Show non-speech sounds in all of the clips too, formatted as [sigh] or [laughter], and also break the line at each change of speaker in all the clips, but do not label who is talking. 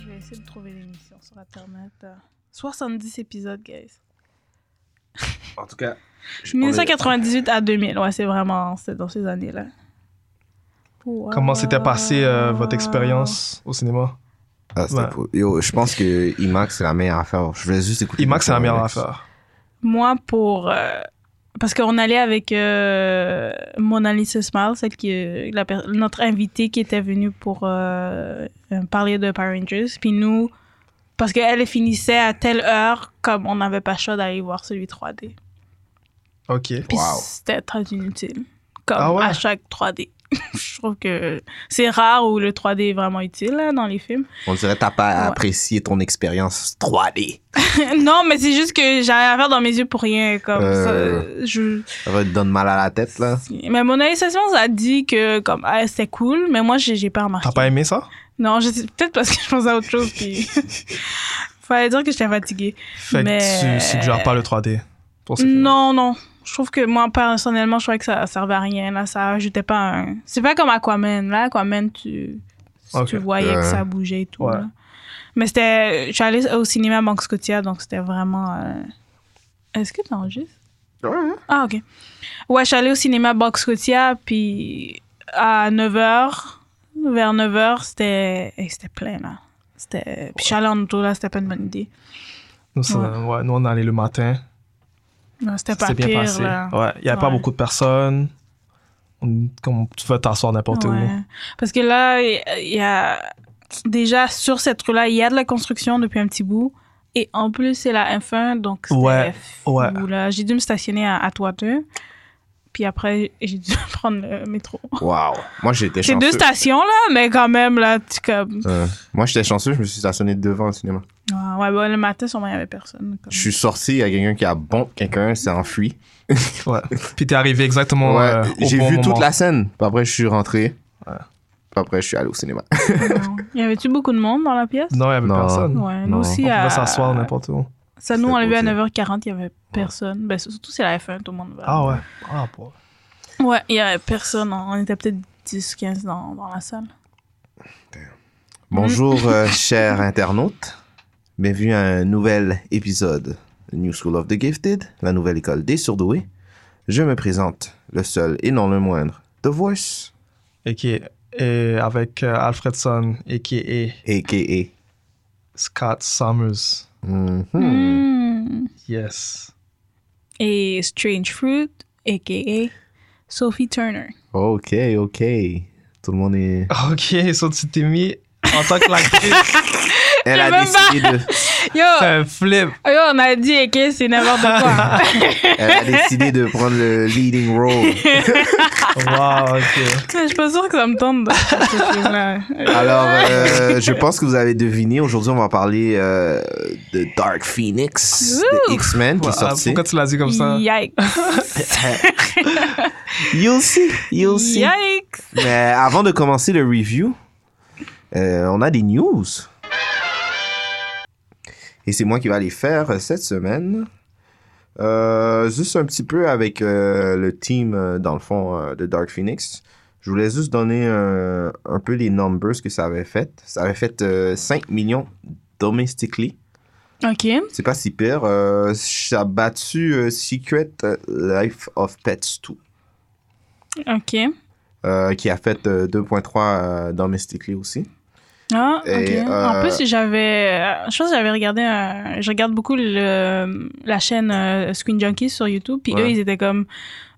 Je vais essayer de trouver l'émission sur Internet. euh, 70 épisodes, guys.
[laughs] En tout cas, je- on est-
1998 à 2000, ouais, c'est vraiment c'est dans ces années-là. Wow.
Comment s'était passée euh, votre expérience au cinéma
Ah, c'était
Ouais.
pour- Yo, je pense que IMAX, c'est la meilleure affaire. Je voulais juste écouter.
IMAX, c'est la meilleure
IMAX.
affaire.
Moi, pour. euh, parce qu'on allait avec euh, Mona Lisa Smile, celle qui, est- la per- notre invitée qui était venue pour euh, euh, parler de Power Rangers. Puis nous, parce qu'elle finissait à telle heure, comme on n'avait pas le choix d'aller voir celui 3D.
Ok.
Puis
Wow.
c'était très inutile. Comme
Ah ouais?
à chaque 3D. [laughs] je trouve que c'est rare où le 3D est vraiment utile hein, dans les films. [laughs]
On dirait que t'as pas
Ouais.
apprécié ton expérience 3D.
non, mais c'est juste que j'avais à faire dans mes yeux pour rien. Comme
Euh.
ça, je...
Ça te donne mal à la tête, là.
Mais mon assessment a dit que comme ah, c'était cool, mais moi j'ai j'ai pas remarqué.
T'as pas aimé ça
Non, je sais- peut-être parce que je pensais à autre chose. Puis
[laughs]
fallait dire que j'étais fatiguée.
Fait
Mais-
que tu suggères pas le 3D pour ce film.
Non, non. Je trouve que moi, personnellement, je trouvais que ça servait à rien. Là, ça ajoutait pas à un. C'est pas comme Aquaman. Là, Aquaman, tu, si
Ok. Euh,
tu voyais que
Ouais.
ça bougeait et tout.
Ouais.
là. Mais c'était. Je suis allée au cinéma à Banque Scotia, donc c'était vraiment. euh, Est-ce que t'enregistres?
Ouais.
Ah, ok. Ouais, je suis allée au cinéma Banque Scotia, puis à 9h, vers 9h, c'était. et C'était plein, là. C'était... Puis je suis allée en auto, là, c'était pas une bonne idée.
Nous, ça-
Ouais.
ouais, nous, on est allé le matin.
Non, c'était pas
C'était bien
pire,
passé.
là.
Ouais, il y avait pas
Ouais.
beaucoup de personnes. On- comme tu vas t'asseoir n'importe
Ouais.
où.
Parce que là, il y- y a déjà sur cette rue-là, il y a de la construction depuis un petit bout. Et en plus, c'est la F1, donc c'était
Ouais,
fou,
ouais.
là. J'ai dû me stationner à Atwater. Puis après, j'ai dû [laughs] prendre le métro.
Wow. Moi, j'étais
C'est
chanceux.
deux stations, là, mais quand même, là, tu comme...
Euh, moi, j'étais chanceux, je me suis stationné devant le cinéma.
Ah, Ouais, bah, le matin, sûrement, il n'y avait personne. comme.
Je suis sorti, il y a quelqu'un qui a bombé quelqu'un, s'est enfui.
Ouais. Puis t'es arrivé exactement
Ouais,
euh, au
J'ai
bon
vu
moment.
toute la scène. Puis après, je suis rentré. Puis après, je suis allé au cinéma.
Non. Y avait-tu beaucoup de monde dans la pièce?
Non, il y avait
Non.
personne.
Ouais, nous
Non.
aussi, euh,
On pouvait
à...
s'asseoir n'importe où.
Ça nous
C'était
enlevait à
posé.
9h40, il n'y avait personne. Ben, surtout, c'est la F1, tout le monde va.
Ah ouais. Ah, bon.
Ouais, il y avait personne. hein. On était peut-être 10, 15 dans, dans la salle.
Bonjour, euh, chers internautes. Bienvenue à un nouvel épisode de New School of the Gifted, la nouvelle école des surdoués. Je me présente, le seul et non le moindre, The Voice,
Et qui est et avec euh, Alfredson et qui est
a.k.a.
Scott Summers.
Mhm.
Hmm.
Mm.
Yes.
Et Strange Fruit, a.k.a. Sophie Turner.
Ok, ok. Tout le monde est...
[laughs] Ok, so tu t'es mis en tant que l'actrice.
[laughs]
Elle
même
a décidé de...
Yo,
C'est un flip.
yo, on a dit a.k.a. c'est n'importe
[laughs]
quoi.
Elle a décidé de prendre le leading role.
Wow, [laughs] ok.
[laughs] Je suis pas sûre que ça me tente. de- ce film-là.
Alors, euh, je pense que vous avez deviné, aujourd'hui, on va parler euh, de Dark Phoenix, de X-Men, qui est
Ah,
sorti.
Pourquoi tu l'as dit comme ça? [laughs]
Yikes.
You'll see, you'll see.
Yikes.
Mais avant de commencer le review, euh, on a des news. Et c'est moi qui vais les faire euh, cette semaine. Euh, juste un petit peu avec euh, le team, euh, dans le fond, euh, de Dark Phoenix. Je voulais juste donner euh, un peu les numbers que ça avait fait. Ça avait fait euh, 5 millions domestically.
Ok.
C'est pas si pire. Euh, ça a battu euh, Secret euh, Life of Pets 2.
Ok.
euh, qui a fait euh, 2.3 euh, domestically aussi.
Ah, ok.
Et,
En
euh,
plus, j'avais. euh, Je pense que j'avais regardé. un- Je regarde beaucoup le, la chaîne euh, Screen Junkies sur YouTube. Puis
Ouais.
eux, ils étaient comme.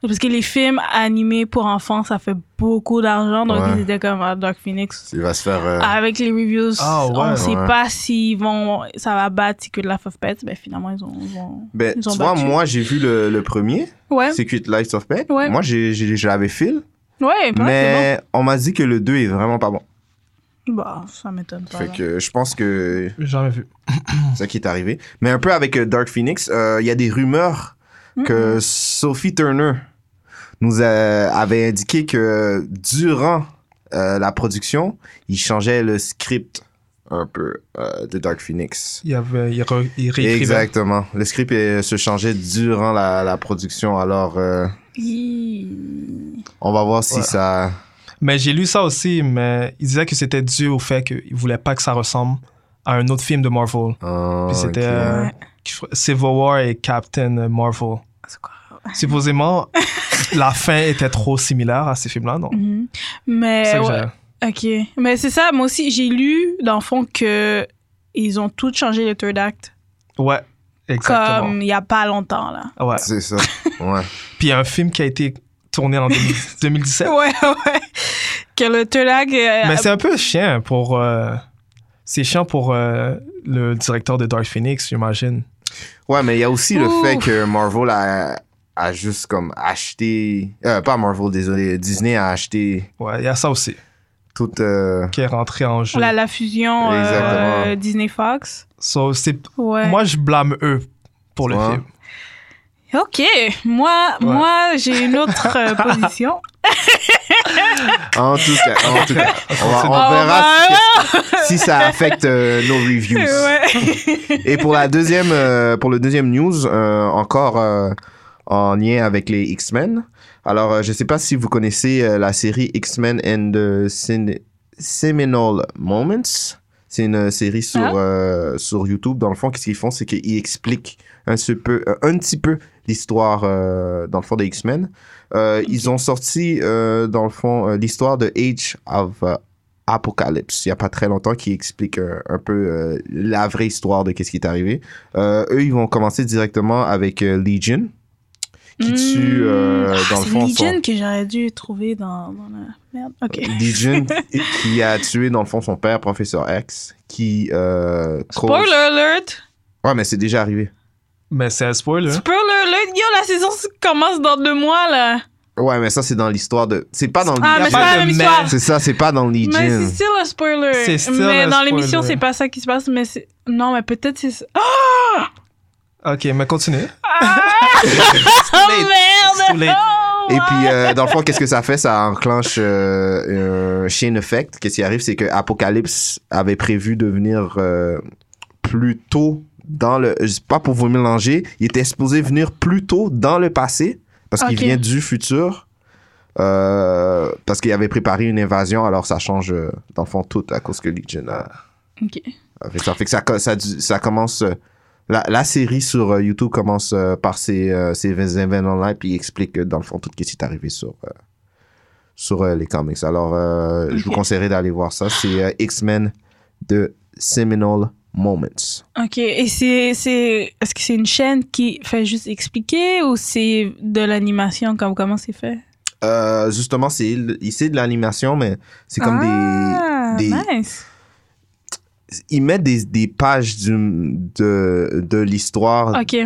Parce que les films animés pour enfants, ça fait beaucoup d'argent. Donc,
Ouais.
ils étaient comme ah, Dark Phoenix.
Il va se faire. euh,
Avec les reviews,
Ah, ouais.
on sait
Ouais.
pas s'ils vont. Ça va battre que de la of Pets. Ben, finalement, ils ont. ils ont-
ben,
ils
tu
ont
vois,
battu.
moi, j'ai vu le, le premier,
Ouais,
Secret Lives of Pet.
Ouais.
Moi, j'ai- j'ai- j'avais fil,
ouais, ouais, c'est
mais on m'a dit que le 2 est vraiment pas bon.
bon. Bah, ça m'étonne pas.
Fait
là.
que je pense que
Jamais vu.
c'est ça qui est arrivé. Mais un peu avec euh, Dark Phoenix, euh, il y a des rumeurs que Sophie Turner nous a- avait indiqué que durant euh, la production, il changeait le script un peu euh, de Dark Phoenix.
Il, y avait, il, re- il réécrivait.
Exactement. Le script euh, se changeait durant la, la production. Alors, euh,
Hi.
on va voir si
Ouais.
ça.
Mais j'ai lu ça aussi, mais il disait que c'était dû au fait qu'il voulait pas que ça ressemble à un autre film de Marvel.
Ah,
Puis c'était
ok.
euh,
Ouais.
qui f- Civil War et Captain Marvel.
C'est quoi?
Supposément, la fin était trop similaire à ces films-là, non?
Mhm.
C'est
Mais
ça que
ouais,
j'ai-
Ok. Mais c'est ça, moi aussi, j'ai lu, dans le fond, que ils ont tous changé le third act.
Ouais, exactement.
Comme il n'y a pas longtemps, là.
Ouais.
C'est ça. Ouais.
Puis il y a un film qui a été tourné en 2000
[laughs]
2017.
Ouais, ouais. Que le third act. euh,
Mais c'est un peu chiant pour. euh, c'est chiant pour euh, le directeur de Dark Phoenix, j'imagine.
Ouais, mais il y a aussi
Ouh.
le fait que Marvel a, a juste comme acheté. euh, pas Marvel, désolé. Disney a acheté
Ouais, il y a ça aussi
tout. euh,
qui est rentré en jeu.
la, la fusion euh,
Exactement.
Disney-Fox.
So, c'est-
Ouais.
Moi, je blâme eux pour le
Ouais.
film.
ok. Moi,
Ouais.
moi j'ai une autre
[laughs]
euh, position.
En tout cas, en tout
[laughs]
cas. On, va- on
Oh,
verra
bah,
si, si ça affecte euh, nos reviews.
ouais.
Et pour, la deuxième, euh, pour le deuxième news, euh, encore euh, en lien avec les X-Men. Alors, euh, je sais pas si vous connaissez euh, la série X-Men and the Sen- Seminole Moments. C'est une série sur,
Ah.
euh, sur YouTube. Dans le fond, qu'est-ce qu'ils font, c'est qu'ils expliquent un, petit peu- euh, un petit peu l'histoire, euh, dans le fond, des X-Men. Euh, Ils ont sorti, euh, dans le fond, euh, l'histoire de Age of euh, Apocalypse, il n'y a pas très longtemps, qui explique euh, un peu euh, la vraie histoire de qu'est-ce qui est arrivé. Euh, eux, ils vont commencer directement avec
[laughs]
euh, Legion, qui tue, euh,
Mm. Ah,
dans le
c'est
fond, son-
Legion que j'aurais dû trouver dans, dans la merde. Ok.
Legion qui a tué, dans le fond, son père, Professeur X, qui... Euh, cause-
Spoiler alert!
Ouais, mais c'est déjà arrivé.
Mais c'est un spoil, hein?
Spoiler alert! Yo, la saison se- commence dans deux mois, là!
Ouais, mais ça, c'est dans l'histoire de... C'est pas dans...
Ah,
y a
mais c'est
pas
pas
de
la même
mais.
histoire!
C'est ça, c'est pas dans Legion.
Mais c'est still un spoiler.
C'est still
mais
un
dans
spoiler.
l'émission, c'est pas ça qui se passe, mais c'est. Non, mais peut-être c'est. ça. Oh,
Ok, mais continue.
Ah! [laughs]
It's too
Oh, merde!
late.
Oh,
Et puis, euh, dans le fond, qu'est-ce que ça fait? Ça enclenche euh, un chain effect. Qu'est-ce qui arrive? C'est que Apocalypse avait prévu de venir euh, plus tôt dans le... je sais Pas pour vous mélanger. Il était supposé venir plus tôt dans le passé parce qu'il
Ok.
vient du futur. euh, parce qu'il avait préparé une invasion, alors ça change euh, dans le fond tout à cause que Legion a,
euh,
Ok.
a fait ça. Fait que ça, co- ça, du- ça commence. euh, La, la série sur euh, YouTube commence euh, par ces, euh, ces événements-là, puis il explique euh, dans le fond tout ce qui est arrivé sur, euh, sur euh, les comics. Alors, euh, je vous
Ok.
conseillerais d'aller voir ça. C'est euh, X-Men de Seminole Moments.
Ok. Et c'est. c'est- Est-ce que c'est une chaîne qui fait juste expliquer ou c'est de l'animation, comme comment c'est fait?
Euh, justement, c'est il- c'est de l'animation, mais c'est comme
ah,
des, des,
Nice!
ils mettent des, des pages du, de, de l'histoire
Ok.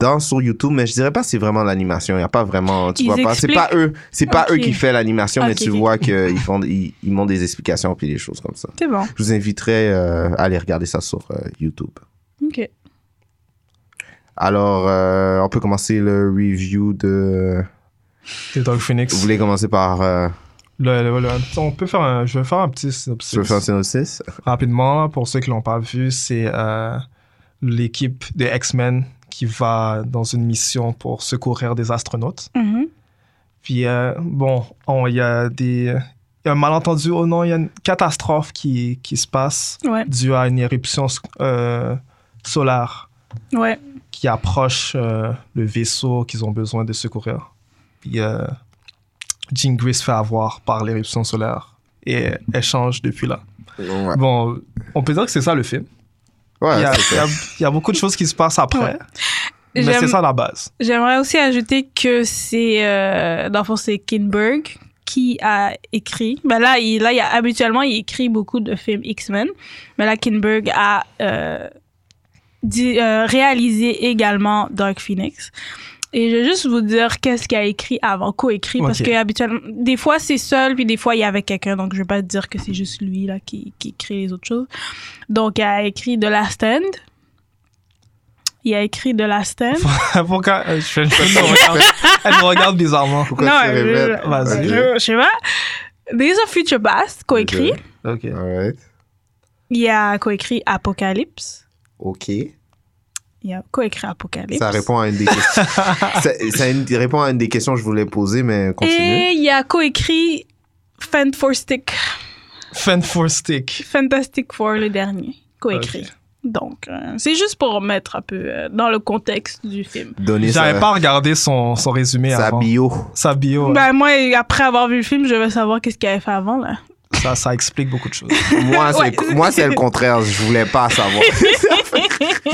dans sur YouTube, mais je dirais pas que c'est vraiment l'animation. Il n'y a pas vraiment, tu
Ils
vois pas. C'est
expliquent-
pas eux, c'est pas
Ok.
eux qui font l'animation, mais
Ok,
tu
ok.
vois qu'ils font, ils, ils montrent des explications puis des choses comme ça.
C'est bon.
Je vous inviterai euh, à aller regarder ça sur euh, YouTube.
Ok.
Alors, euh, on peut commencer le review de.
The Dark Phoenix.
Vous voulez commencer par. euh,
Le- le- le- on peut faire un, je vais faire un petit synopsis.
tu veux faire un synopsis
Rapidement, pour ceux qui l'ont pas vu, c'est euh, l'équipe des X-Men qui va dans une mission pour secourir des astronautes.
Mhm.
Puis, euh, bon, on- il y a des. il y a un malentendu. Oh non, il y a une catastrophe qui, qui se passe
Ouais.
due à une éruption euh, solaire
Ouais.
qui approche euh, le vaisseau qu'ils ont besoin de secourir. Puis, euh, Jean Grey se fait avoir par l'éruption solaire et elle change depuis là.
Ouais,
Bon, on peut dire que c'est ça le film.
Ouais,
il, y a,
c'est
il y
ça.
a- il y a beaucoup de choses qui se passent après,
Ouais.
mais
J'aime-
c'est ça la base.
J'aimerais aussi ajouter que c'est, euh, dans le fond, c'est Kinberg qui a écrit. Ben là, il, là il y a, habituellement, il écrit beaucoup de films X-Men. Mais là, Kinberg a euh, di- euh, réalisé également Dark Phoenix. Et je vais juste vous dire qu'est-ce qu'il a écrit avant, co-écrit, parce
Ok.
que habituellement, des fois c'est seul, puis des fois il y avait quelqu'un, donc je vais pas dire que c'est juste lui là qui, qui écrit les autres choses. Donc il a écrit The Last Stand. Il a écrit The Last Stand.
[laughs] Pourquoi euh, je, je- elle, me regarde, elle me regarde bizarrement.
[laughs] Pourquoi
Non,
tu
je-
répètes
Vas-y.
Je, je sais pas. Days of Future Past, co-écrit.
Ok.
Alright.
Il a coécrit Apocalypse.
Ok.
Il a coécrit Apocalypse.
Ça répond à
[laughs]
une des questions. ça, ça une- répond à une des questions que je voulais poser, mais continue.
Et il a coécrit Fan for Stick.
Fan for Stick.
Fantastic Four, le dernier, coécrit.
Ok.
Donc, euh, c'est juste pour mettre un peu euh, dans le contexte du film.
Donnez
J'avais
sa,
pas regardé son, son résumé
euh, sa
avant.
bio.
Sa bio. ouais.
Ben, moi, après avoir vu le film, je veux savoir qu'est-ce qu'il avait fait avant, là.
Ça, ça explique beaucoup de choses.
Moi, c'est
Ouais.
moi, c'est le contraire. Je voulais pas
[laughs]
savoir.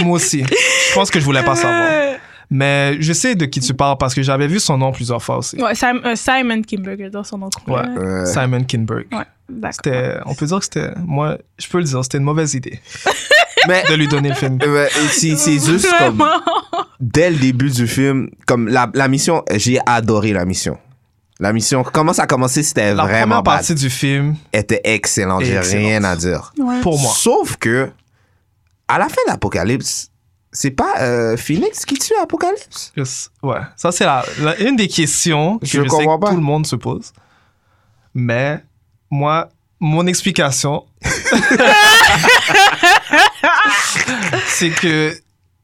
Moi aussi. Je pense que je voulais
[laughs]
pas savoir.
Euh,
Mais je sais de qui tu parles parce que j'avais vu son nom plusieurs fois aussi.
ouais, Sim- euh, Simon Kimberger, dans son nom complet,
Ouais.
là.
Euh,
Simon Kinberg.
Ouais, d'accord.
C'était, on peut dire que c'était, moi, je peux le dire, c'était une mauvaise idée
[laughs] mais
de lui donner
[laughs]
le film.
euh, c'est
[laughs]
c'est
[laughs]
juste comme
Vraiment.
dès le début du film, comme la, la mission, j'ai adoré la mission. La mission, comment ça a commencé, c'était
La
vraiment
première
bad.
partie du film,
était excellente. J'ai
Excellente.
rien à dire.
Ouais.
pour moi.
Sauf que, à la fin de l'Apocalypse, c'est pas euh, Phoenix qui tue Apocalypse?
Yes. Ouais, ça c'est la, la- une des questions que
Je
je, sais
comprends
que
pas.
tout le monde se pose. Mais moi, mon explication, [laughs] c'est que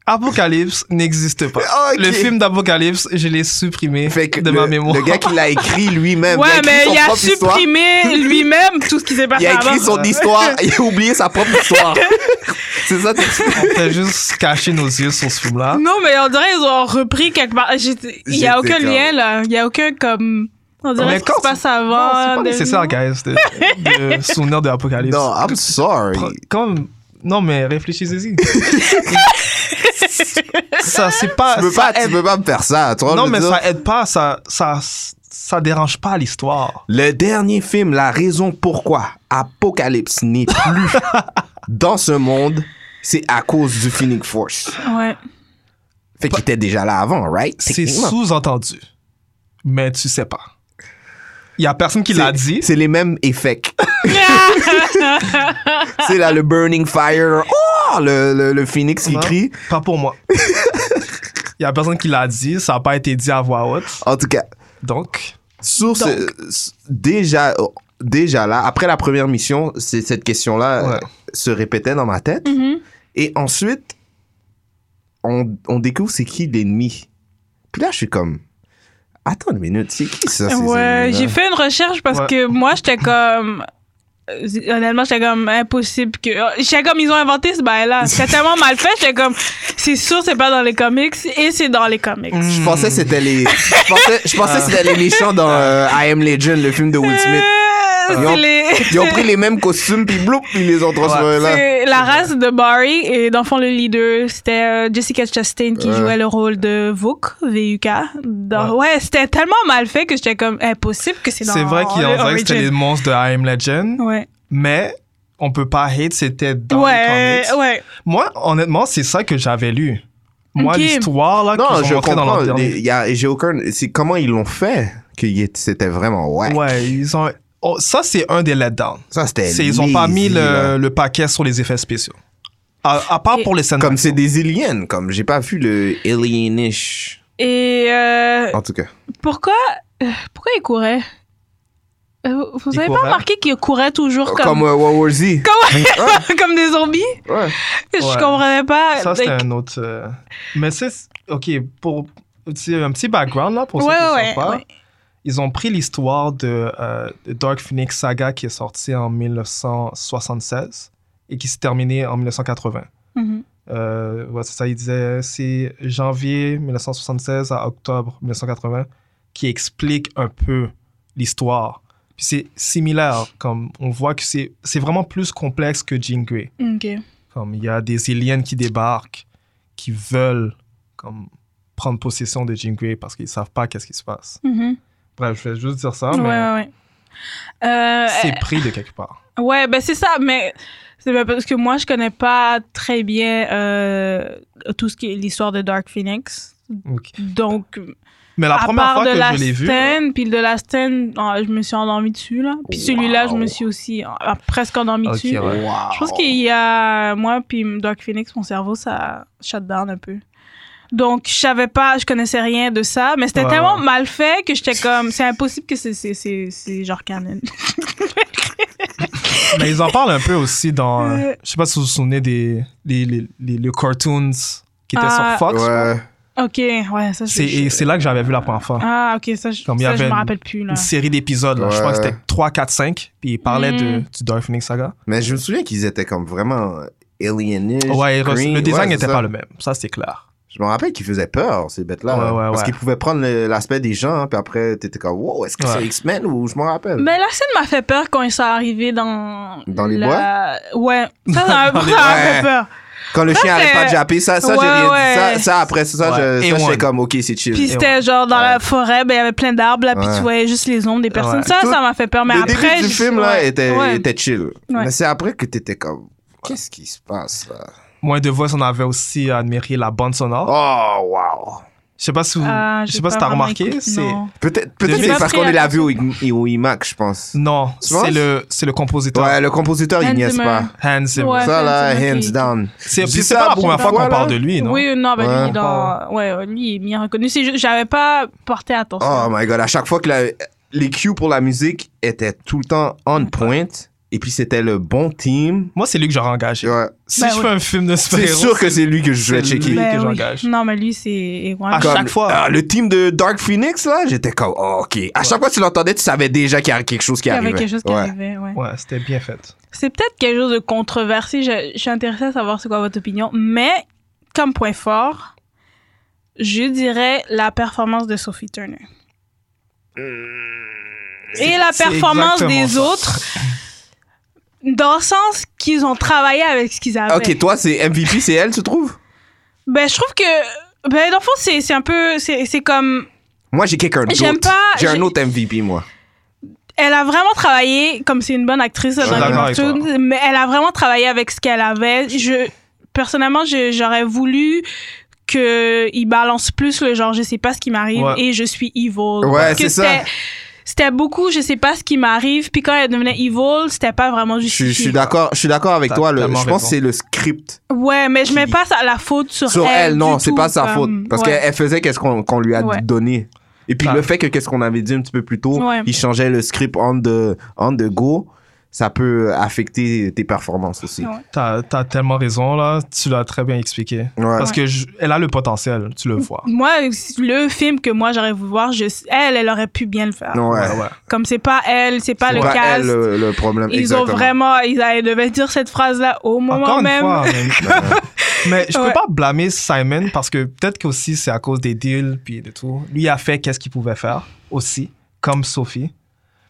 Apocalypse n'existe pas.
Ok.
Le film d'Apocalypse, je l'ai supprimé
Fait que
de
le,
ma mémoire.
le gars qui l'a écrit lui-même.
Ouais,
il a
mais
écrit son
il a
propre histoire. [laughs]
supprimé lui-même tout ce qui s'est passé
Il a
avant.
écrit son histoire, il a oublié sa propre histoire. c'est ça, t'es-
On fait juste cacher nos yeux sur ce film-là.
Non, mais on dirait qu'ils ont repris quelque part. J'étais- Il n'y a
J'étais
aucun
comme-
lien, là. Il n'y a aucun, comme... On
Mais
dirait ce qui
quand
se passe
Non,
avant.
c'est pas
de-
nécessaire, guys, de, de souvenir de l'Apocalypse.
Non, I'm sorry.
Comme... Non, mais
[laughs]
réfléchissez-y. ça, c'est pas.
Tu peux,
ça
pas, tu
aide-
peux pas me faire ça. tu vois,
Non,
je veux
mais
dire.
ça aide pas, ça, ça, ça dérange pas l'histoire.
Le dernier film, la raison pourquoi Apocalypse n'est
[laughs]
plus dans ce monde, c'est à cause du Phoenix Force. [laughs]
Ouais.
Fait qu'il était déjà là avant, right?
C'est
Techniquement.
sous-entendu. Mais tu sais pas. Il y a personne qui
C'est-
l'a dit.
C'est les mêmes effets.
[laughs]
c'est là le Burning Fire. Oh! Le, le, le Phoenix qui
Non,
crie.
Hein? Pas pour moi. Il y a personne qui l'a dit, ça n'a pas été dit à voix haute.
En tout cas,
Donc,
sur ce, s- déjà, oh, déjà là, après la première mission, c'est cette question-là
Ouais.
euh, se répétait dans ma tête.
Mhm.
Et ensuite, on, on découvre c'est qui l'ennemi. Puis là, je suis comme, attends une euh, minute, c'est qui ça? ces
[laughs] ouais,
ennemis-là?
j'ai fait une recherche parce
Ouais.
que moi, j'étais comme. euh, Honnêtement, j'étais comme impossible que. euh, J'étais comme, ils ont inventé ce
[laughs]
bail-là. C'était tellement mal fait, j'étais comme, c'est sûr, c'est pas dans les comics et c'est dans les comics.
Je pensais que c'était les, je pensais, je pensais que c'était les méchants dans euh, I Am Legend, le film de Will Smith.
Euh,
Ils ont-
c'est les-
Ils ont pris les mêmes costumes, puis bloup, puis ils les ont
Euh,
transformés là.
c'est la race de Barry et dans le fond, le leader, c'était euh, Jessica Chastain qui
Ouais.
jouait le rôle de Vuk, V-U-K. Dans- Ouais, c'était tellement mal fait que j'étais comme impossible que c'est dans
c'est vrai qu'il y
le
a on dirait que c'était les
origin.
monstres de I Am Legend,
Ouais.
mais on peut pas hate, c'était dans les
Ouais,
comics.
ouais.
Moi, honnêtement, c'est ça que j'avais lu. Moi,
Ok.
l'histoire, là,
Non,
qu'ils ont
je
montrée dans
comprends.
leur dernier
les- y a- J'ai aucun. C'est comment ils l'ont fait que y est- c'était vraiment ouais.
Ouais, ils ont. oh, ça, c'est un des letdowns.
Ça c'était.
C'est, ils ont pas
lazy,
mis
Eh, là.
le, le paquet sur les effets spéciaux. À, à part
Et-
pour les scènes.
Comme
d'action.
c'est des aliens, comme j'ai pas vu le alienish.
Et euh,
Ah.
En tout cas.
Pourquoi, euh, pourquoi il courait Euh, Vous
Il
avez pas
courait. euh,
remarqué qu'il courait toujours comme,
Comme
comme,
euh, World War Z.
[laughs] des zombies
Ouais.
Je
Ouais.
comprenais pas.
Ça, c'était
Like,
un autre. euh, Mais c'est. Ok, pour. C'est un petit background, là, pour ceux
Ouais,
qui
ouais,
savent pas.
ouais.
Ils ont pris l'histoire de, euh, de Dark Phoenix Saga qui est sortie en 1976 et qui s'est terminée en 1980.
mhm.
Euh, ouais, c'est ça, il disait c'est janvier 1976 à octobre 1980 qui explique un peu l'histoire. Puis c'est similaire, comme on voit que c'est c'est vraiment plus complexe que Jean Grey.
Ok.
Comme il y a des aliens qui débarquent, qui veulent comme prendre possession de Jean Grey parce qu'ils savent pas qu'est-ce qui se passe.
Mhm.
Bref, je vais juste dire ça,
ouais,
Ah, mais
ouais, ouais. Euh,
c'est pris de quelque part.
euh, ouais, ben c'est ça, mais c'est pas parce que moi, je connais pas très bien euh, tout ce qui est l'histoire de Dark Phoenix.
Ok.
Donc,
Mais la
à
première
part
fois
de
que
la
je l'ai vu,
scène, puis de la scène, ah, je me suis endormie dessus, là. Puis celui-là, je me
Wow.
suis aussi ah, presque endormie
Ok,
dessus.
ouais.
Je pense qu'il y a moi puis Doc Phoenix, mon cerveau ça shut down un peu. Donc je savais pas, je connaissais rien de ça, mais c'était
Ouais,
tellement
ouais.
mal fait que j'étais comme c'est impossible que c'est c'est c'est c'est genre canon. [laughs]
Mais ils en parlent un peu aussi dans. euh,
Euh.
Je sais pas si vous vous souvenez des les, les, les- les cartoons qui étaient
Ah,
sur Fox.
Ouais.
OK, ouais, ça je-
C'est, et
je-
c'est là que j'avais vu la première fois.
Ah OK, ça je
Comme il y
ça, je
avait
me
une-
rappelle plus là.
Une série d'épisodes, là. je crois que
Ouais.
c'était 3, 4, 5. Puis ils parlaient de,
Mm.
du Dark Phoenix Saga.
Mais je me souviens qu'ils étaient comme vraiment alienish.
Ouais, et
green.
le design
Ouais,
n'était
c'est ça.
pas le même. Ça, c'est clair.
Je me rappelle qu'ils faisaient peur, ces bêtes-là.
Ouais, ouais,
parce
ouais.
qu'ils pouvaient prendre le- l'aspect des gens, hein, puis après, t'étais comme, wow, est-ce que
Ouais.
c'est X-Men ou je m'en rappelle?
Mais la scène m'a fait peur quand ils sont arrivés dans
Dans les
la...
[laughs]
Ouais, ça ça m'a
Dans les-
ça m'a fait
Ouais.
peur.
Quand le
Ça,
chien
c'est-
arrête pas de japper, ça, ça,
Ouais,
j'ai rien dit.
ouais.
Ça, ça, après ça,
Ouais.
je-
Et
ça, j'étais
one.
comme, ok, c'est chill.
Puis c'était genre dans la forêt, ben il y avait plein d'arbres, là, puis
Ouais.
tu voyais juste les ombres des personnes.
Ouais.
Ça,
Tout-
ça m'a fait peur. Mais
le
après,
début du
je-
film, là,
ouais.
était,
Ouais.
était chill.
Ouais.
Mais c'est après que t'étais comme, qu'est-ce qui se passe, là?
Moins de voix, on avait aussi admiré la bande sonore.
Oh, wow.
Je sais pas si, vous-
Ah,
je
j'ai
sais pas si t'as
vraiment
remarqué.
écouté,
C'est...
non.
Peut-être,
J'ai
peut-être
pas
c'est parce
pris
qu'on l'a vu au, I- au IMAX, je pense.
Non,
Tu penses?
c'est le, c'est le compositeur
Ouais, le compositeur, il
Hans
n'y est
Zimmer.
pas.
Hans Zimmer.
Ouais.
Ça, là,
Hans Zimmer
hands
qui-
down.
C'est,
Je
puis
dis
c'est
ça
pas la
pour
première fois
toi,
qu'on
là.
parle de lui, non?
Oui, non, ben lui,
Ouais.
il est dans... ouais, ouais, lui, il est bien reconnu. C'est juste- J'avais pas porté attention.
Oh my god, à chaque fois que la- les cues pour la musique étaient tout le temps on point, et puis c'était le bon team.
Moi, c'est lui que j'aurais engagé.
Ouais.
Si
Ben
je
oui.
fais un film de super
C'est sûr que c'est lui que je vais
C'est lui.
checker.
que
Ben oui.
j'engage.
Non, mais lui, c'est.
À
Ouais.
Comme,
chaque fois.
ah, le team de Dark Phoenix, là, j'étais comme, oh, ok. À chaque fois que tu l'entendais, tu savais déjà qu'il y avait quelque chose qui
Il y
arrivait.
avait quelque chose qui
Ouais.
arrivait, ouais.
Ouais, c'était bien fait.
C'est peut-être quelque chose de controversé. Je, je suis intéressée à savoir c'est quoi votre opinion. Mais, comme point fort, je dirais la performance de Sophie Turner. Et la
C'est
performance
exactement
des
ça.
autres, dans le sens qu'ils ont travaillé avec ce qu'ils avaient.
Ok, toi, c'est MVP, c'est elle, tu trouves
Ben, je trouve que. Ben, dans le fond, c'est c'est un peu. C'est c'est comme.
Moi, j'ai quelqu'un d'autre.
J'aime pas-
J'ai un
j'ai-
autre MVP, moi.
Elle a vraiment travaillé, comme c'est une bonne actrice
suis
dans les
d'accord avec
cartoons, mais elle a vraiment travaillé avec ce qu'elle avait. Je, personnellement, je- j'aurais voulu qu'il balance plus le genre, je sais pas ce qui m'arrive
Ouais.
et je suis evil.
Ouais,
Parce que
c'est ça.
c'était- C'était beaucoup, je sais pas ce qui m'arrive, puis quand elle devenait evil, c'était pas vraiment
Je suis-
justifié.
je suis d'accord, je suis d'accord avec
T'as
toi. le- je
tellement
pense
raison.
que c'est le script
Ouais, mais je mets
Qui-
pas ça- la faute sur,
sur elle,
elle.
non,
du
c'est
tout,
pas sa faute.
comme,
Parce
ouais.
qu'elle faisait qu'est-ce qu'on qu'on lui a
Ouais.
donné. Et puis
Ah.
le fait que qu'est-ce qu'on avait dit un petit peu plus tôt,
Ouais.
il changeait le script on the, on the go, ça peut affecter tes performances aussi.
Ouais.
T'as, t'as tellement raison, là. Tu l'as très bien expliqué.
Ouais.
Parce que je- elle a le potentiel, tu le vois.
Moi, le film que moi j'aurais voulu voir, je- elle, elle aurait pu bien le faire.
Ouais.
Ouais, ouais.
Comme c'est pas elle, c'est pas
C'est
le
pas
cast.
elle, le, le problème.
Ils
exactement.
ont vraiment, ils ils devaient dire cette phrase-là au moment
Encore
même.
une fois,
[laughs]
mais, mais je
Ouais.
peux pas blâmer Simon parce que peut-être qu'aussi c'est à cause des deals puis de tout. Lui a fait qu'est-ce qu'il pouvait faire aussi, comme Sophie.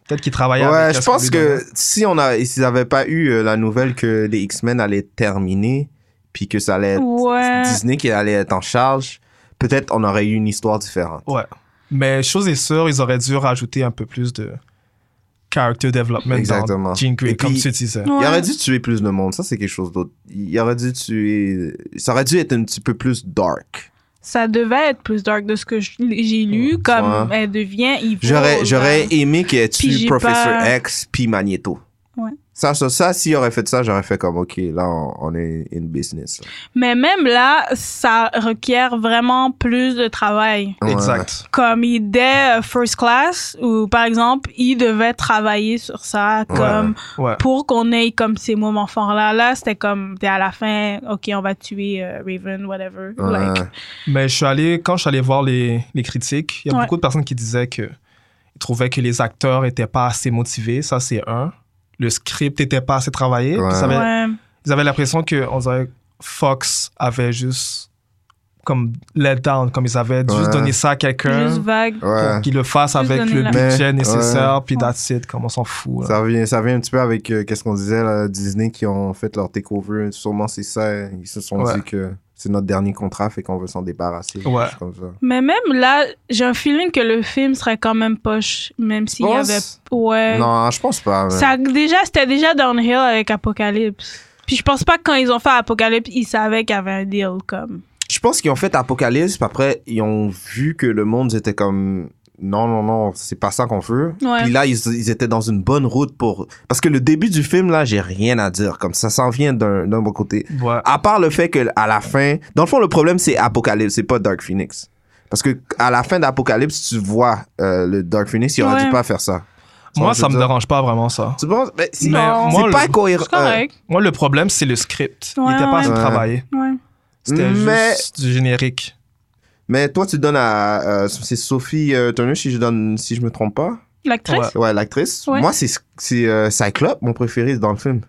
Peut-être qu'il travaillait avec
Ouais, je
qu'est-ce qu'on
pense
lui
que
donnait.
si on a, s'ils avaient pas eu euh, la nouvelle que les X-Men allaient terminer, puis que ça allait être
Ouais.
Disney qui allait être en charge, peut-être on aurait eu une histoire différente.
Ouais. Mais chose est sûre, ils auraient dû rajouter un peu plus de character development
Exactement.
dans Jean Grey,
Et
comme
puis-
tu disais.
Ouais.
Il aurait dû tuer plus de monde, ça c'est quelque chose d'autre. Il aurait dû tuer. Ça aurait dû être un petit peu plus dark.
Ça devait être plus dark de ce que je- j'ai lu, comme elle devient evil.
J'aurais, j'aurais aimé qu'il ait
Oh, Puis
tué
j'ai
Professor
pas-
X puis Magneto.
Ouais.
Ça, ça, ça, s'il aurait fait ça, j'aurais fait comme, OK, là, on, on est in business.
Mais même là, ça requiert vraiment plus de travail.
Ouais.
Exact.
Comme il- dès euh, First Class, ou par exemple, il devait travailler sur ça,
Ouais.
comme
Ouais.
pour qu'on ait comme ces moments forts là. Là, c'était comme t'es à la fin, ok, on va tuer euh, Raven, whatever.
Ouais.
Like,
Mais je suis allé, quand je suis allé voir les, les critiques, il y a
Ouais.
beaucoup de personnes qui disaient que ils trouvaient que les acteurs n'étaient pas assez motivés. Ça, c'est un. Le script n'était pas assez travaillé.
Ouais.
Puis ça avait-
ouais.
Ils avaient l'impression que on dirait, Fox avait juste comme let down, comme ils avaient
Ouais.
juste donné ça à
Juste
quelqu'un
vague.
Ouais.
pour qu'il le fasse
Juste
avec
donner
le
la-
budget
Mais-
nécessaire, puis that's it, comme on s'en fout. là.
Ça revient, ça revient un petit peu avec, euh, qu'est-ce qu'on disait, là, Disney qui ont fait leur takeover. Sûrement, c'est ça. Ils se sont
Ouais.
dit que c'est notre dernier contrat, fait qu'on veut s'en débarrasser.
Ouais.
C'est Comme ça.
Mais même là, j'ai un feeling que le film serait quand même poche, même s'il y
Pense?
avait. Ouais.
Non, hein, je pense pas. mais-
Euh, Ça, déjà, c'était déjà downhill avec Apocalypse. Puis je pense pas que quand ils ont fait Apocalypse, ils savaient qu'il y avait un deal comme.
Je pense qu'ils ont fait Apocalypse, puis après, ils ont vu que le monde était comme. Non, non, non, c'est pas ça qu'on veut.
Ouais.
Puis là, ils, ils étaient dans une bonne route pour. Parce que le début du film, là, j'ai rien à dire. Comme ça s'en vient d'un d'un bon côté.
Ouais.
À part le fait que à la fin, dans le fond, le problème c'est Apocalypse, c'est pas Dark Phoenix. Parce que à la fin d'Apocalypse, tu vois euh, le Dark Phoenix, il aurait
Ouais.
dû pas faire ça. Tu vois
Moi,
ce que je
ça me
veux dire?
dérange pas vraiment ça.
Tu penses Mais c'est-
Mais
Non.
c'est
moi,
pas
le,
cohérent.
C'est correct.
moi, le problème, c'est le script.
Ouais,
il était pas assez
ouais.
travaillé.
euh,
Ouais.
C'était
Mais-
juste du générique.
Mais toi, tu donnes à euh, c'est Sophie euh, Turner si je donne si je me trompe pas.
L'actrice?
Ouais, l'actrice.
Ouais.
Moi, c'est c'est euh, Cyclope, mon préféré dans le film.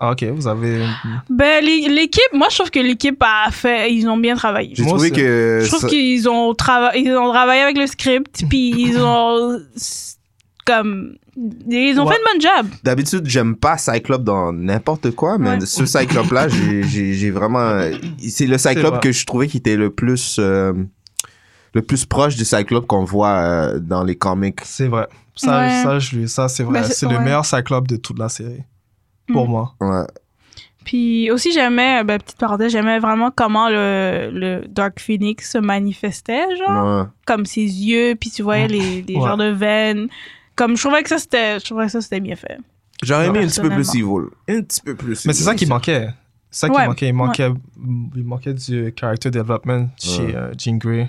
Ah, ok, vous avez.
Ben, l'é- l'équipe, moi, je trouve que l'équipe a fait, ils ont bien travaillé.
J'ai
Moi,
trouvé
c'est-
que
Je trouve
euh, ça-
qu'ils ont, trava- ils ont travaillé avec le script, puis ils
[laughs]
ont. s- comme. Ils ont
Ouais.
fait une bonne job.
d'habitude, j'aime pas Cyclope dans n'importe quoi, mais
Ouais.
ce Cyclope là, j'ai j'ai- j'ai vraiment c'est le
vrai.
Cyclope que je trouvais qui était le plus euh, le plus proche du Cyclope qu'on voit euh, dans les comics.
C'est vrai. Ça,
Ouais.
ça, je lui- ça c'est vrai.
Ben, c'est-
c'est le
ouais.
meilleur Cyclope de toute la série. Pour
Mm.
moi.
Ouais.
Puis aussi, j'aimais, ben, petite parenthèse, j'aimais vraiment comment le, le Dark Phoenix se manifestait, genre.
Ouais.
Comme ses yeux, puis tu voyais les, les
Ouais.
genres de veines. Comme je trouvais que ça, c'était, je trouvais que ça, c'était bien fait.
J'aurais aimé un petit peu plus
Personnellement.
Evil. Un petit peu plus.
Mais c'est
Evil.
ça qui manquait. C'est ça qui
Ouais,
manquait. Il manquait, il manquait du character development chez euh, Jean Grey.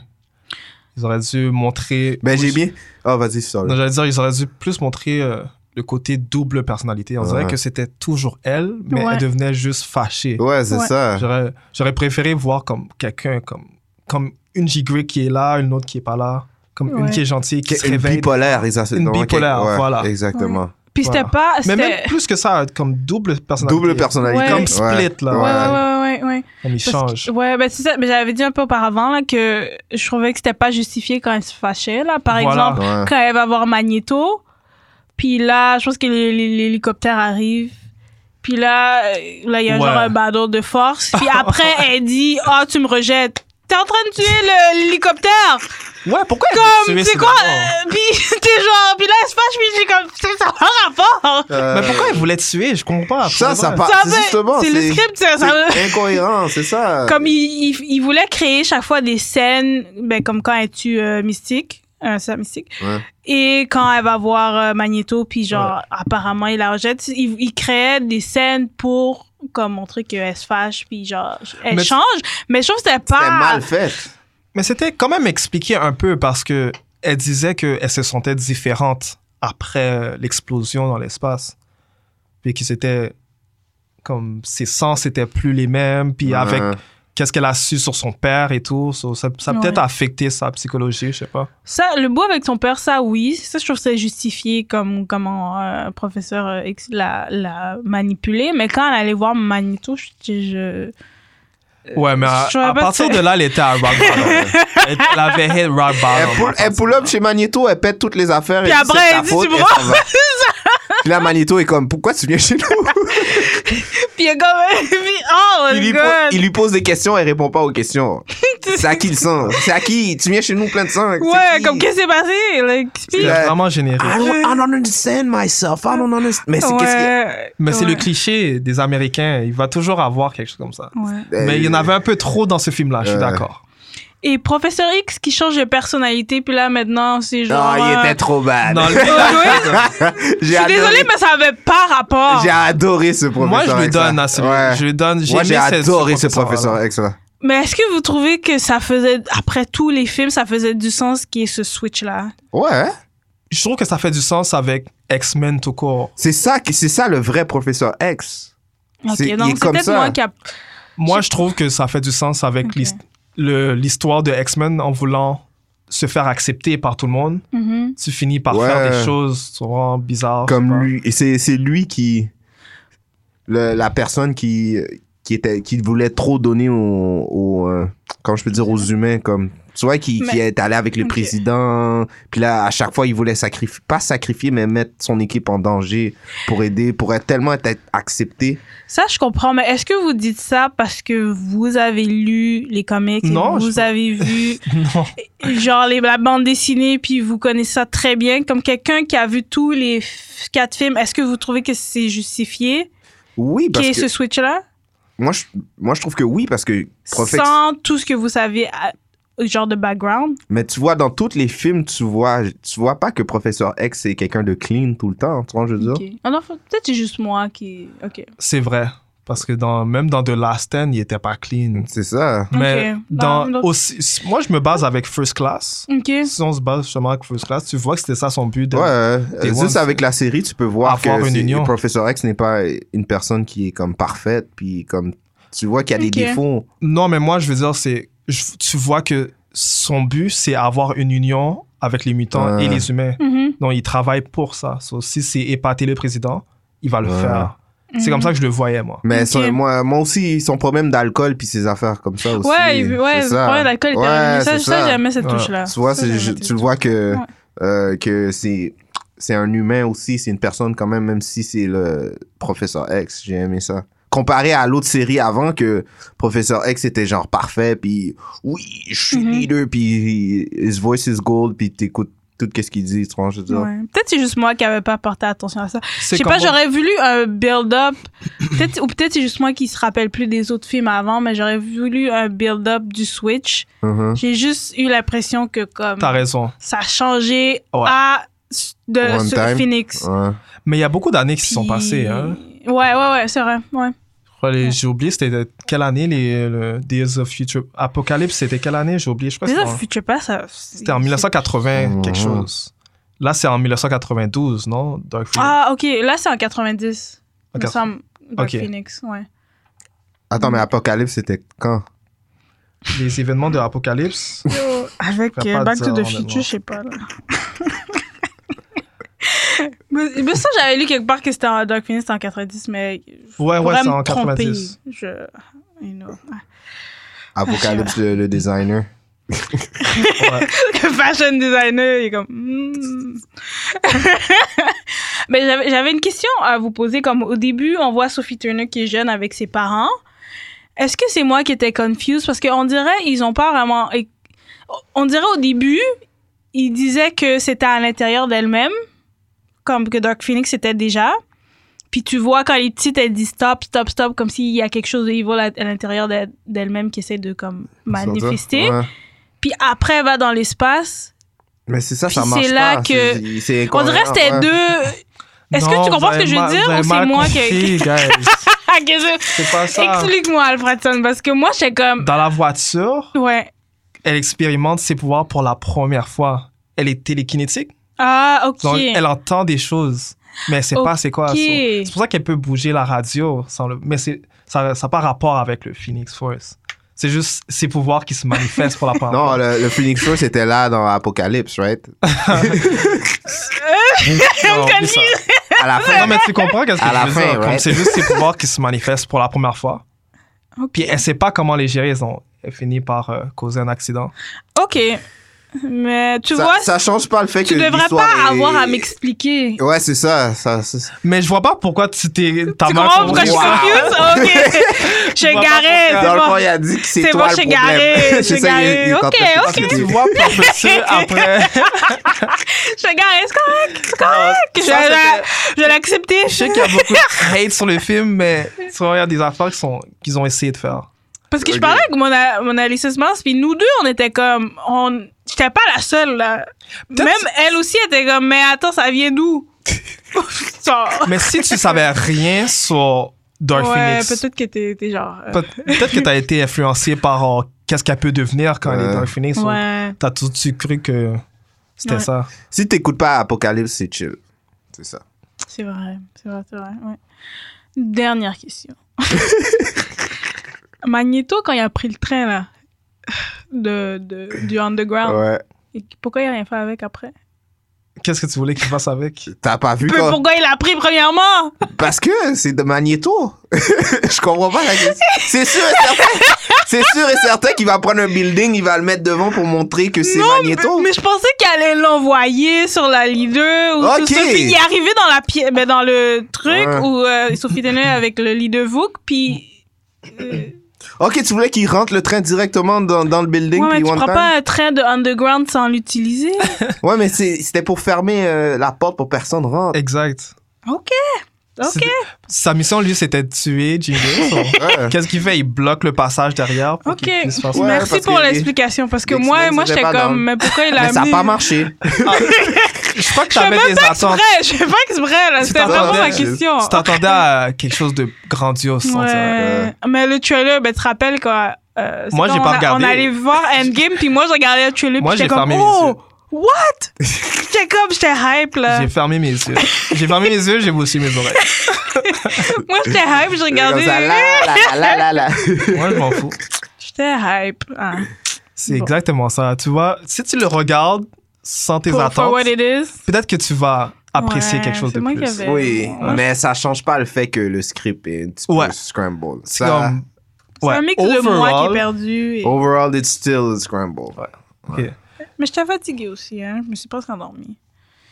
Ils auraient dû montrer.
Ben, j'ai
plus-
bien. Oh, vas-y, sorry.
Non, j'allais dire, ils auraient dû plus montrer euh, le côté double personnalité. On dirait
Ouais.
que c'était toujours elle, mais
Ouais.
elle devenait juste fâchée.
Ouais, c'est
Ouais.
ça.
J'aurais, j'aurais préféré voir comme quelqu'un, comme, comme une Jean Grey qui est là, une autre qui est pas là, comme une
Ouais.
qui est gentille, qui se
Une
réveille.
bipolaire, ils
Une bipolaire, voilà.
Exactement.
Puis c'était
Voilà.
pas.
Mais
Ah, C'était...
même plus que ça, comme double personnalité.
Double personnalité.
Ouais.
Comme Split, là.
Ouais,
Ouais.
ouais, ouais, ouais, ouais.
Comme ils
Parce que-
changent.
ouais, ben c'est ça. Mais j'avais dit un peu auparavant là, que je trouvais que c'était pas justifié quand elle se fâchait. Là. Par
Voilà.
exemple,
Ouais.
quand elle va voir Magneto, puis là, je pense que l'hé- l'hé- l'hélicoptère arrive. Puis là, euh, là, il y a un
Ouais.
genre un battle de force.
[laughs]
Puis après, elle dit « Ah, tu me rejettes. T'es en train de tuer le- l'hélicoptère.
Oh.
Ouais, pourquoi elle veut
Comme,
tuer
tu sais
ses
quoi?
enfants?
Euh, Puis [laughs] t'es genre... Puis là, elle se fâche. Puis j'ai comme... Ça n'a pas rapport.
Euh,
Mais pourquoi elle voulait tuer? Je comprends pas.
Ça, ça
Ouais.
part.
Ça
Bah, c'est
fait-
justement.
c'est le script, ça- ça-
c'est incohérent, c'est ça.
Comme il, il, il voulait créer chaque fois des scènes, ben, comme quand elle tue euh, Mystique, euh, ça, Mystique,
Ouais.
et quand elle va voir euh, Magneto, puis genre, apparemment, il la rejette. Il, il créait des scènes pour comme montrer qu'elle se fâche, puis genre, elle
Mais tu-
change. Mais je trouve que c'était pas...
C'était mal fait.
Mais c'était quand même expliqué un peu parce que elle disait qu'elle se sentait différente après euh, l'explosion dans l'espace. Puis que c'était comme ses sens n'étaient plus les mêmes. Puis avec
Ouais.
qu'est-ce qu'elle a su sur son père et tout, ça, ça- ça a peut-être
Ouais.
affecté sa psychologie, je sais pas.
Ça, le bout avec son père, ça, oui. Ça, je trouve que c'est justifié comme comment euh, professeur euh, X l'a, l'a manipulé. Mais quand elle allait voir Magneto, je... je...
Ouais, mais
Euh,
à,
je savais
à
pas
partir
que-
de là, elle était à
[laughs]
rock bottom. elle, elle avait hit rock
Elle pull,
bottom.
elle pull up chez Magneto, elle pète toutes les affaires.
Puis
elle dit,
après,
c'est ta
elle dit,
faute,
tu
et
vois,
ça
[laughs]
va. Puis là, Magneto est comme, pourquoi tu viens chez nous?
Oh
Puis il y a comme... puis- [laughs] oh, my
Il lui, po-
God!
il lui pose des questions, elle répond pas aux
[laughs]
questions. c'est à qui le sang? C'est à qui? Tu viens chez nous plein de sang? C'est
Ouais,
qui?
comme qu'est-ce qui s'est passé? Là, explique.
C'était
Ouais.
vraiment générique.
I don't, I don't understand myself. I don't understand. Mais c'est qu'est-ce que.
Ouais.
Mais c'est le
Ouais.
cliché des Américains. Il va toujours avoir quelque chose comme ça.
Ouais.
Mais il y en avait un peu trop dans ce film-là, je suis
Euh. [laughs]
d'accord.
Et Professeur X qui change de personnalité, puis là maintenant c'est genre.
Ah, il
euh, [laughs]
était trop bad.
Non, lui,
oh, oui. Je
[laughs] J'ai
suis désolée, mais ça avait pas rapport.
J'ai adoré ce professeur.
Moi, je lui
X, là.
donne à celui
Ouais.
Je lui donne.
Moi,
aimé
j'ai
ce-
adoré ce
professeur-là.
professeur excellent.
Mais est-ce que vous trouvez que ça faisait, après tous les films, ça faisait du sens qu'il y ait ce switch-là?
Ouais. hein.
Je trouve que ça fait du sens avec X-Men tout court.
C'est ça, qui- c'est ça le vrai professeur X.
Ok,
C'est- il est
donc c'est
comme
peut-être
ça.
moi qui a.
Moi, je trouve que ça fait du sens avec
Ok.
l'hist- le- l'histoire de X-Men en voulant se faire accepter par tout le monde.
Mhm.
Tu finis par
Ouais.
faire des choses souvent bizarres. je sais
Comme
Oh, pas.
lui. Et c'est, c'est lui qui. le- la personne qui, qui, était, qui voulait trop donner aux. aux, euh, comment je peux dire, aux humains, comme. Tu vois, qui, qui
Mais-
est allé avec le
Ok.
président. Puis là, à chaque fois, il voulait sacrifier. Pas sacrifier, mais mettre son équipe en danger pour aider, pour être, tellement être accepté.
Ça, je comprends, mais est-ce que vous dites ça parce que vous avez lu les comics? et
Non,
Vous
je-
avez
[laughs]
vu
Non.
genre les, la bande dessinée, puis vous connaissez ça très bien. Comme quelqu'un qui a vu tous les f- quatre films, est-ce que vous trouvez que c'est justifié
Oui,
qu'il y
parce
ait
que.
ce switch-là?
Moi je, moi, je trouve que oui, parce que Prophet-
Sans tout ce que vous savez, à- genre de background.
Mais tu vois, dans tous les films, tu vois, tu vois pas que Professeur X est quelqu'un de clean tout le temps, tu vois, je veux dire.
Ok. Ah non, faut- peut-être c'est juste moi qui. Ok.
C'est vrai. Parce que dans, même dans The Last Stand, il était pas clean.
C'est ça.
Mais
Ok. ben,
dans,
Dans-
aussi, moi, je me base avec First Class.
Ok.
Si on se base justement avec First Class, tu vois que c'était ça son but. de-
Ouais, euh,
Day One,
juste
c'est-
avec la série, tu peux voir
Avoir
que
une
c'est-
union.
Professeur X n'est pas une personne qui est comme parfaite, puis comme tu vois qu'il y a
Ok.
des défauts.
Non, mais moi, je veux dire, c'est, je- tu vois que son but, c'est avoir une union avec les mutants
Ouais.
et les humains.
Mhm.
Non, il travaille pour ça. So, si c'est épater le président, il va le
Ouais.
faire. C'est
Mhm.
comme ça que je le voyais, moi.
Mais
Ok.
son- moi, moi aussi, son problème d'alcool, puis ses affaires comme ça aussi.
Ouais, il- ouais,
c'est
le
ça.
problème d'alcool était
Ouais,
revenu. Ça,
c'est
ça,
ça.
j'aimais cette
Ouais.
touche-là.
Tu vois,
Ah, Ça,
c'est
j'aimais
ju-
cette
tu le vois que,
Ouais.
euh, que c'est c'est un humain aussi, c'est une personne quand même, même si c'est le professeur X. J'ai aimé ça. Comparé à l'autre série avant que Professeur X était genre parfait, puis oui, je suis
Mhm.
leader, puis his voice is gold, puis t'écoutes tout ce qu'il dit, tu vois, je veux dire.
Ouais. Peut-être c'est juste moi qui n'avais pas porté attention à ça. Je
C'est
sais
comme
pas,
moi-
j'aurais voulu un build-up. [clears throat] peut-être- ou peut-être c'est juste moi qui se rappelle plus des autres films avant, mais j'aurais voulu un build-up du Switch.
Mhm.
J'ai juste eu l'impression que comme
T'as raison.
ça a changé
Ouais.
à s- de
One
ce
time.
Phoenix.
Ouais.
Mais il y a beaucoup d'années qui se sont
Puis-
passées. Hein.
Ouais, ouais, ouais, c'est vrai. Ouais.
Je crois les- J'ai oublié, c'était de- quelle année les, le Days of Future Apocalypse, c'était quelle année J'ai oublié, je crois que
Mais
c'était
ça,
en-
Future Pass, ça-
c'était en 1980 quelque
Mhm.
chose. Là, c'est en 1992, non Dark Phoenix.
Ah, ok. Là, c'est en 90.
En
Il me
quatre-
semble. Dark
Ok.
Phoenix, ouais.
Attends,
Mm.
mais Apocalypse, c'était quand
Les événements de Apocalypse.
Avec
Faut
euh,
pas
Back
dire,
to the
honnêtement.
Future, je sais pas. Là. [laughs] mais, mais ça, j'avais lu quelque part que c'était en Dark Phoenix, c'était en 90, mais. je
Ouais, ouais,
pourrais
c'est
me
en
tromper.
90.
Je. you know.
Apocalypse, le, le designer.
Le [laughs] fashion designer, il est comme. hmm. [laughs] mais j'avais- j'avais une question à vous poser. Comme au début, on voit Sophie Turner qui est jeune avec ses parents. Est-ce que c'est moi qui étais confuse Parce qu'on dirait, ils ont pas vraiment. On dirait au début, ils disaient que c'était à l'intérieur d'elle-même, comme que Dark Phoenix était déjà. Puis tu vois, quand elle est petite, elle dit stop, stop, stop, comme s'il y a quelque chose de evil à, à l'intérieur d'elle- d'elle-même qui essaie de comme manifester.
Ouais.
Puis après, elle va dans l'espace.
Mais c'est ça,
Puis
ça
c'est
marche
là
pas.
que-
c'est- c'est
On dirait que c'était
incohérent, ouais.
deux. Est-ce que tu comprends ce que je veux dire ou c'est moi qui [laughs] ai-
qui.
Ah, que je-
c'est pas ça.
Explique-moi, Alfredson, parce que moi, j'étais comme.
Dans la voiture,
Ouais.
elle expérimente ses pouvoirs pour la première fois. Elle est télékinétique,
Ah, ok.
donc elle entend des choses, mais elle sait pas c'est quoi.
Ok.
ça. C'est pour ça qu'elle peut bouger la radio, sans le... mais c'est- ça n'a pas rapport avec le Phoenix Force. C'est juste ses pouvoirs qui se manifestent pour la première
Non,
fois.
le, le Phoenix Force était là dans Apocalypse, right?
[laughs] Non, oublie ça.
À
[laughs]
la fin.
Non, Ah, mais tu comprends qu'est-ce que
À
je
la
veux
fin,
dire. Comme
right?
c'est juste ses pouvoirs qui se manifestent pour la première fois.
Ok.
Puis elle sait pas comment les gérer. Ils ont... Elle finit par euh, causer un accident.
Ok. Mais tu
ça,
vois,
ça change pas le fait
tu
que.
devrais
l'histoire
pas
est-
avoir à m'expliquer.
Ouais, c'est ça. ça c'est-
Mais je vois pas pourquoi tu t'es. Ta
Tu
main
comprends pourquoi je suis
Wow.
confuse? Ok.
[laughs]
Je suis
vois pas
garée,
Dans
pourquoi.
c'est
le fond,
bon.
il a dit que c'est
C'est
toi
bon,
le
je suis
problème. [laughs]
garée, je
C'est
suis
ça, il-
garée.
il est en
Ok,
train
ok.
de
Parce que
t'expliquer.
tu vois
[laughs]
Professeur après. [laughs]
Je suis garée, c'est correct. C'est correct. Je
Ah, Ça,
vais- Je
c'était-
vais l'accepter.
je sais qu'il y a beaucoup de hate sur le film, mais tu vois, il y a des affaires qui sont- qu'ils ont essayé de faire.
Parce que je
Ok.
parlais avec mon, a- mon Alice Mars, puis nous deux, on était comme. On... J'étais pas la seule, là.
Peut-être-
Même elle aussi était comme, mais attends, ça vient
[laughs]
d'où? Genre.
Mais si tu savais rien sur Dark
Ouais,
Phoenix,
peut-être que t'es t'es genre. euh,
peut- peut-être que tu as été influencé par euh, qu'est-ce qu'elle peut devenir quand elle est
Ouais.
Dark Phoenix. ou
Ouais.
T'as tout de suite cru que c'était
Ouais.
ça.
Si t'écoutes pas Apocalypse, c'est chill. C'est ça.
C'est vrai, c'est vrai, c'est vrai. Ouais. Dernière
[laughs]
question. Magneto, quand il a pris le train, là, de, de- du underground,
Ouais.
et pourquoi il a rien fait avec après?
Qu'est-ce que tu voulais qu'il fasse [laughs] avec
T'as pas vu
Peu-
quoi?
Pourquoi il a pris premièrement?
Parce que c'est de Magneto. [laughs] Je comprends pas la question. C'est sûr et certain. C'est sûr et certain qu'il va prendre un building, il va le mettre devant pour montrer que c'est Magneto.
Mais je pensais qu'il allait l'envoyer sur la leader ou
Ok.
tout ça. Puis il est arrivé dans la pi- ben, dans le truc
Ouais.
où euh, Sophie Tenet avec le leader Vook puis euh,
Ok, tu voulais qu'il rentre le train directement dans, dans le building
ouais, mais
puis
tu
one
prends
time?
pas un train de underground sans l'utiliser.
Ouais, mais c'est- c'était pour fermer euh, la porte pour personne rentre.
Exact.
OK. Ok.
C'est- Sa mission, lui, c'était de tuer Jingle.
[laughs]
so- [laughs]
Ouais.
Qu'est-ce qu'il fait Il bloque le passage derrière pour
Ok.
qu'il puisse faire ça.
Ouais,
Merci
parce
pour
que-
l'explication. Parce que
les
moi,
X-Men,
moi
c'était
j'étais
pas
comme,
dans-
mais pourquoi il a
[laughs] Mais
mis.
ça n'a pas marché.
Je crois que
Je fais
t'avais
même
des
pas
attentes.
exprès. Je fais pas exprès, là.
Tu
C'était vraiment
t'attendais-
ma question.
Tu t'attendais à quelque chose de grandiose. on dirait.
Ouais. Mais le trailer, ben, tu te rappelles quoi euh, c'est
Moi,
quand
j'ai
on
pas
a-
regardé.
On allait voir Endgame, puis moi, je regardais le trailer,
Moi,
puis j'étais
j'ai
comme,
fermé les
oh, what? J'étais comme, j'étais hype, là.
J'ai fermé mes yeux. J'ai fermé mes yeux, j'ai bouché mes oreilles.
[laughs] Moi, j'étais hype, je
Comme ça,
regardais.
là, là, là, là, là.
Moi, je m'en fous.
J'étais hype. Ah.
C'est
Bon.
exactement ça. Tu vois, si tu le regardes sans tes
For, for
attentes,
what it is.
peut-être que tu vas apprécier
Ouais,
quelque chose
c'est
de
moi
plus.
qui
[laughs]
avais-
Oui,
Ouais.
mais ça change pas le fait que le script est un petit peu
Ouais.
scrambled.
C'est
Ça,
comme.
C'est un mix de moi qui est perdu. et-
Overall, it's still scrambled. Ouais,
Mais j'étais fatiguée aussi, hein. Je me suis presque endormie.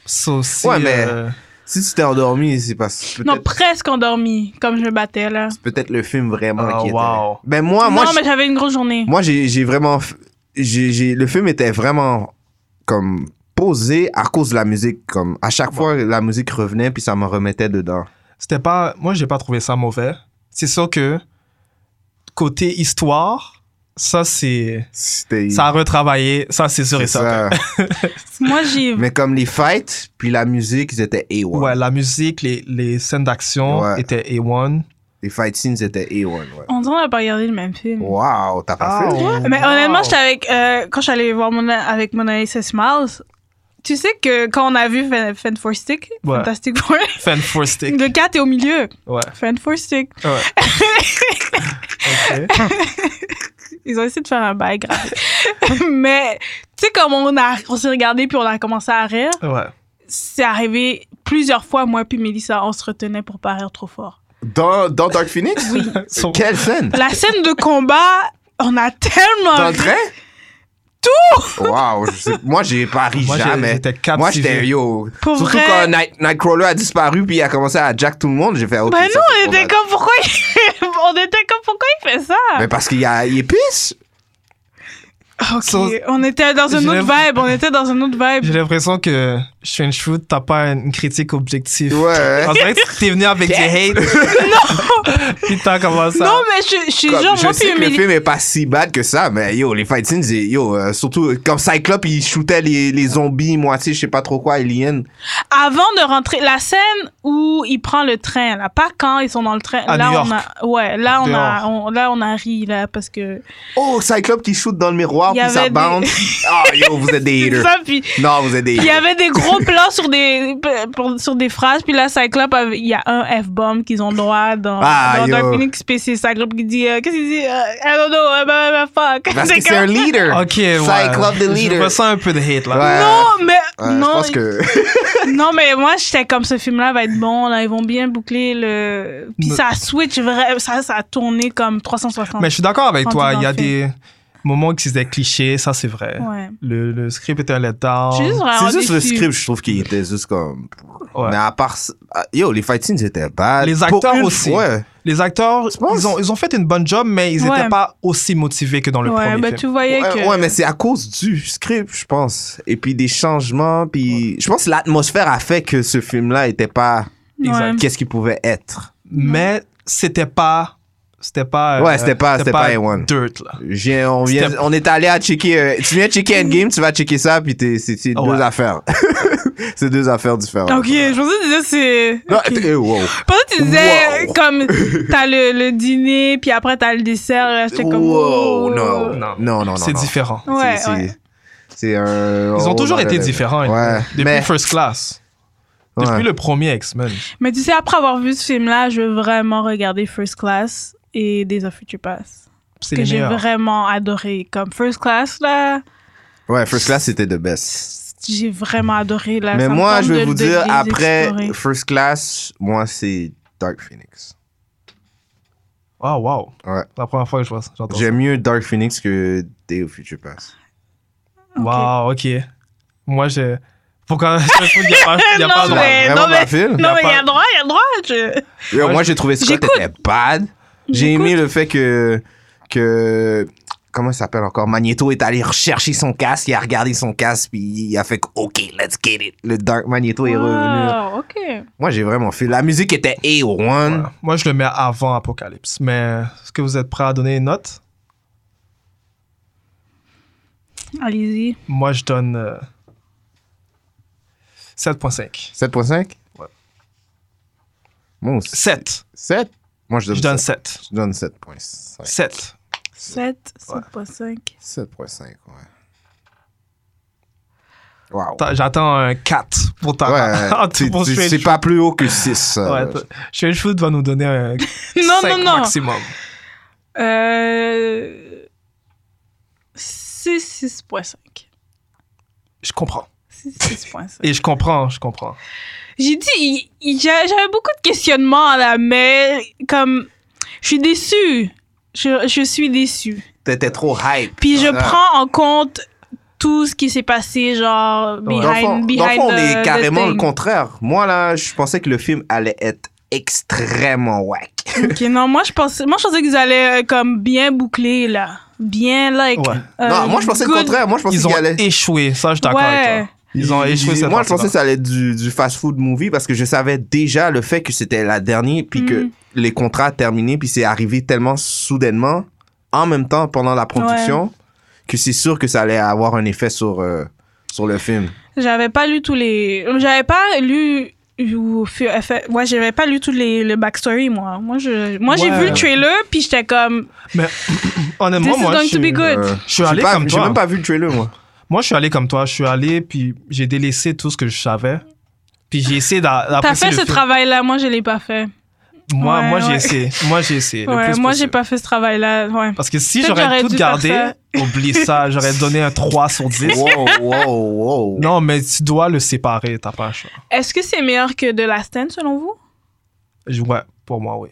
so, si,
Ouais, mais-
euh,
Si tu t'es endormi, c'est parce que
Non,
peut-être
presque endormie, comme je me battais, là.
peut-être le film vraiment
Oh,
qui était-
wow.
Ben moi, moi,
non,
je-
mais j'avais une grosse journée.
moi j'ai j'ai vraiment... f- j'ai- j'ai- le film était vraiment comme posé à cause de la musique. Comme à chaque fois, la musique revenait puis ça me remettait dedans.
c'était pas. Moi, j'ai pas trouvé ça mauvais. C'est sûr que côté histoire, ça c'est.
C'était...
Ça a retravaillé, ça c'est sûr et
Mm. c'est
certain.
ça.
Moi, j'ai.
[laughs] Mais comme les fights, puis la musique, ils étaient A1.
Ouais, la musique, les, les scènes d'action
Ouais.
étaient A1.
Les fight scenes étaient A1, ouais.
On dirait qu'on n'a pas regardé le même film.
Wow, t'as
Ah,
pas fait?
Ah, Mais
wow.
honnêtement, j'étais avec. euh, quand j'allais voir mon, avec mon Alice Smiles, tu sais que quand on a vu Fan, Fan Four Stick,
Ouais.
Fantastic Four, [laughs]
Fan for Stick.
le 4 est au milieu.
Ouais.
Fan Four Stick. [laughs]
ouais. Ok.
Ils ont essayé de faire un bail grave. [laughs] Mais tu sais, comme on, a- on s'est regardé puis on a commencé à rire,
Ouais.
c'est arrivé plusieurs fois, moi puis Mélissa, on se retenait pour pas rire trop fort.
Dans, dans Dark Phoenix?
[laughs] Oui.
Son-
Quelle scène?
La scène de combat, on a tellement.
Dans le
ri.
train? Tout! Wow, je sais- moi j'ai pas ri
Moi, j'ai-
jamais.
j'étais captivé.
Moi j'étais yo.
Pour
Surtout
vrai?
quand Night, Nightcrawler a disparu puis il a commencé à jack tout le monde, j'ai fait ok.
Ben
ça,
non,
c'est
on était
pas mal.
comme pourquoi il... [laughs] on était comme pourquoi il fait ça
Mais parce qu'il y a- il est pisse!
Ok,
So-
on était dans une
J'ai
autre
l'imp-
vibe, on était dans une autre
J'ai
vibe.
l'impression que Strange Fruit, t'as pas une critique objective.
Ouais.
On dirait que t'es venu
[laughs]
avec des hates. non! Putain, comment ça?
Non, mais je, je suis
Comme-
genre, moi
je
puis
sais que le
Emily.
film est pas si bad que ça, mais yo, les fight scenes, et- yo, euh, surtout comme Cyclope, il shootait les, les zombies, moitié, je sais pas trop quoi, aliens.
Avant de rentrer, la scène où il prend le train, là, pas quand ils sont dans le train.
À
là,
New
on
York.
a, ouais, là on a, on- là on a ri là parce que.
Oh, Cyclope qui shoot dans le miroir,
Il y
puis ça
avait des-
bounce.
[laughs]
Ah, yo, vous êtes des
C'est [laughs]
haters.
ça, puis
Non, vous êtes des
il y
haters.
avait des
[laughs]
gros plans sur des pour- sur des phrases, puis là Cyclope, avait- il y a un f bomb qu'ils ont droit dans,
Ah,
dans
yo.
Dark Phoenix, puis c'est Cyclope qui dit, euh, qu'est-ce qu'il dit, euh, I don't know, I'm a- I'm a fuck. [laughs]
Parce que c'est
comme-
un leader.
Ok, ouais.
Cyclope the
Je
leader.
ressens un peu de hate, là.
Ouais.
Non, mais
Ouais,
non,
je pense que.
[laughs] non, mais moi j'étais comme ce film-là va être bon, là ils vont bien boucler le, puis
Me-
ça switch vrai, ça ça a tourné comme 360.
Mais je suis d'accord avec
Rendu
toi.
dans
Il y a
le film.
des moments où c'était cliché, ça c'est vrai.
ouais.
Le, le script était un
Je suis juste
letdown.
vraiment
C'est juste le
déçue.
script, je trouve qu'il était juste comme.
Ouais.
Mais à part. ça- ah, Yo, les fight scenes étaient bad.
Les
Pour
acteurs
une
aussi.
fois, Ouais.
Les acteurs,
penses?
ils ont, ils ont fait une bonne job, mais ils
Ouais.
n'étaient pas aussi motivés que dans le
Ouais,
premier
ben
film.
tu voyais
Ouais,
que
ouais, mais c'est à cause du script, je pense. Et puis des changements, puis. Je pense que l'atmosphère a fait que ce film-là était pas.
Exact.
Qu'est-ce qu'il pouvait être.
Mais c'était pas... C'était pas...
Ouais, c'était pas- c'était pas A1.
Dirt, là.
J'ai- on, vient,
C'était-
on est allé à checker. euh, tu viens checker Endgame, tu vas checker ça, puis t'es- c'est c'est
Ouais.
deux affaires. [laughs] c'est deux affaires différentes.
Ah Ok, je pensais que tu disais c'est.
Non,
ok.
eh, wow.
Je pensais que tu disais
Wow. [laughs]
comme t'as le, le dîner puis après t'as le dessert. là, J'étais comme.
Wow,
oh.
non.
Non.
Non, non, non. Oh,
C'est
non.
différent.
C'est-
Ouais,
c'est-
ouais.
C'est un.
Ils ont
on
toujours été
aurait-
différents.
hein.
hein.
Ouais.
Depuis
Mais-
First Class.
Ouais.
Depuis le premier X-Men.
Mais tu sais, après avoir vu ce film-là, je veux vraiment regarder First Class et Days of Future Past.
C'est
Que
les
j'ai
meilleurs.
vraiment adoré. Comme First Class, là,
Ouais, First Class, c'était the best.
j'ai vraiment adoré. Là,
Mais
Ça me
moi,
tente
je vais
de-
vous
de
dire,
les
après [laughs]
explorer.
First Class, moi, c'est Dark Phoenix.
Ah, wow.
Ouais.
C'est la première fois que je vois ça. J'entends ça.
J'aime mieux Dark Phoenix que Day of Future Past.
Ok.
Wow, ok. Moi, je... Pourquoi [laughs] je trouve qu'il n'y a pas, il y
[laughs]
a
Non,
pas droit?
mais-
Vraiment
Ah non, mais-
pas film?
Non,
a
mais il y a
pas-
droit, il y a droit. je-
Yo,
Ouais,
moi, j'ai trouvé Scott
j'écoute.
était bad. J'ai
J'écoute.
aimé le fait que, que comment il s'appelle encore Magneto est allé rechercher son casque, il a regardé son casque puis il a fait que, OK, let's get it. Le Dark Magneto est
Ah.
revenu.
Wow, ok.
Moi, j'ai vraiment fait la musique était A1.
Voilà. Moi, je le mets avant Apocalypse. Mais est-ce que vous êtes prêts à donner une note
Allez-y.
Moi, je donne euh, 7.5.
7.5
Ouais.
Moi
7.
7 Moi, je donne,
Je donne
sept.
7.
Je donne 7.5.
7.
7,
[laughs]
7.5.
7.5, ouais. Wow.
T'as- J'attends un 4 pour ta.
Ouais,
[laughs] pour
c'est- c'est-
Strange
c'est pas plus haut que euh, 6.
Ouais, t- Strange Food va nous
[laughs]
donner un
Non, non,
5
non.
maximum.
Euh, 6, 6.5.
Je comprends.
6, 6.5.
Et je comprends, je comprends.
J'ai dit, il- il- j'a- j'avais beaucoup de questionnements là, mais comme, je suis déçue. Je, je suis déçue.
T'étais trop hype.
Puis je
Ah.
prends en compte tout ce qui s'est passé, genre, behind,
Dans le fond, dans le
behind
fond, on
the-
est
the
carrément le
thing.
contraire. Moi, là, je pensais que le film allait être extrêmement whack.
Ok, non, moi je pensais, moi je pensais qu'ils allaient euh, comme bien boucler là, bien like.
Ouais.
euh,
non, moi, je pensais le
good-
contraire. Moi, je pensais
Ils
qu'il
ont
allait...
échoué, ça, je suis d'accord
Ouais.
avec toi. Ils ont échoué cette
Moi, je pensais
partie-là.
que ça allait être du, du fast-food movie parce que je savais déjà le fait que c'était la dernière puis que
Mhm.
les contrats terminés puis c'est arrivé tellement soudainement en même temps pendant la production que c'est sûr que ça allait avoir un effet sur, euh, sur le film.
J'avais pas lu tous les, j'avais pas lu ou fait- fait- ouais, j'avais pas lu tous les le backstory moi. Moi je, moi j'ai
Ouais.
vu le trailer puis j'étais comme this
Honnêtement,
is
moi,
going
je
to be
suis-
good.
Euh,
je suis
j'ai
allé
pas-
comme
J'ai
toi.
même pas vu le trailer,
[laughs]
moi.
Moi, je suis allé comme toi. Je suis allé, puis j'ai délaissé tout ce que je savais. Puis j'ai essayé d'a-
T'as fait
d'apprécier le
ce
film.
travail là, moi je l'ai pas fait.
Moi,
Ouais,
moi j'ai
ouais.
essayé. Moi, j'ai essayé. le
Ouais,
plus
moi j'ai
possible.
pas fait ce travail là, ouais.
Parce que si
Peut-être
j'aurais
j'aurais
tout
dû faire
gardé, [laughs] oublie ça, j'aurais donné un 3 sur 10.
wow, wow, wow.
Non, mais tu dois le séparer, ta page.
Est-ce que c'est meilleur que The Last Stand selon vous
Ouais, pour moi, oui.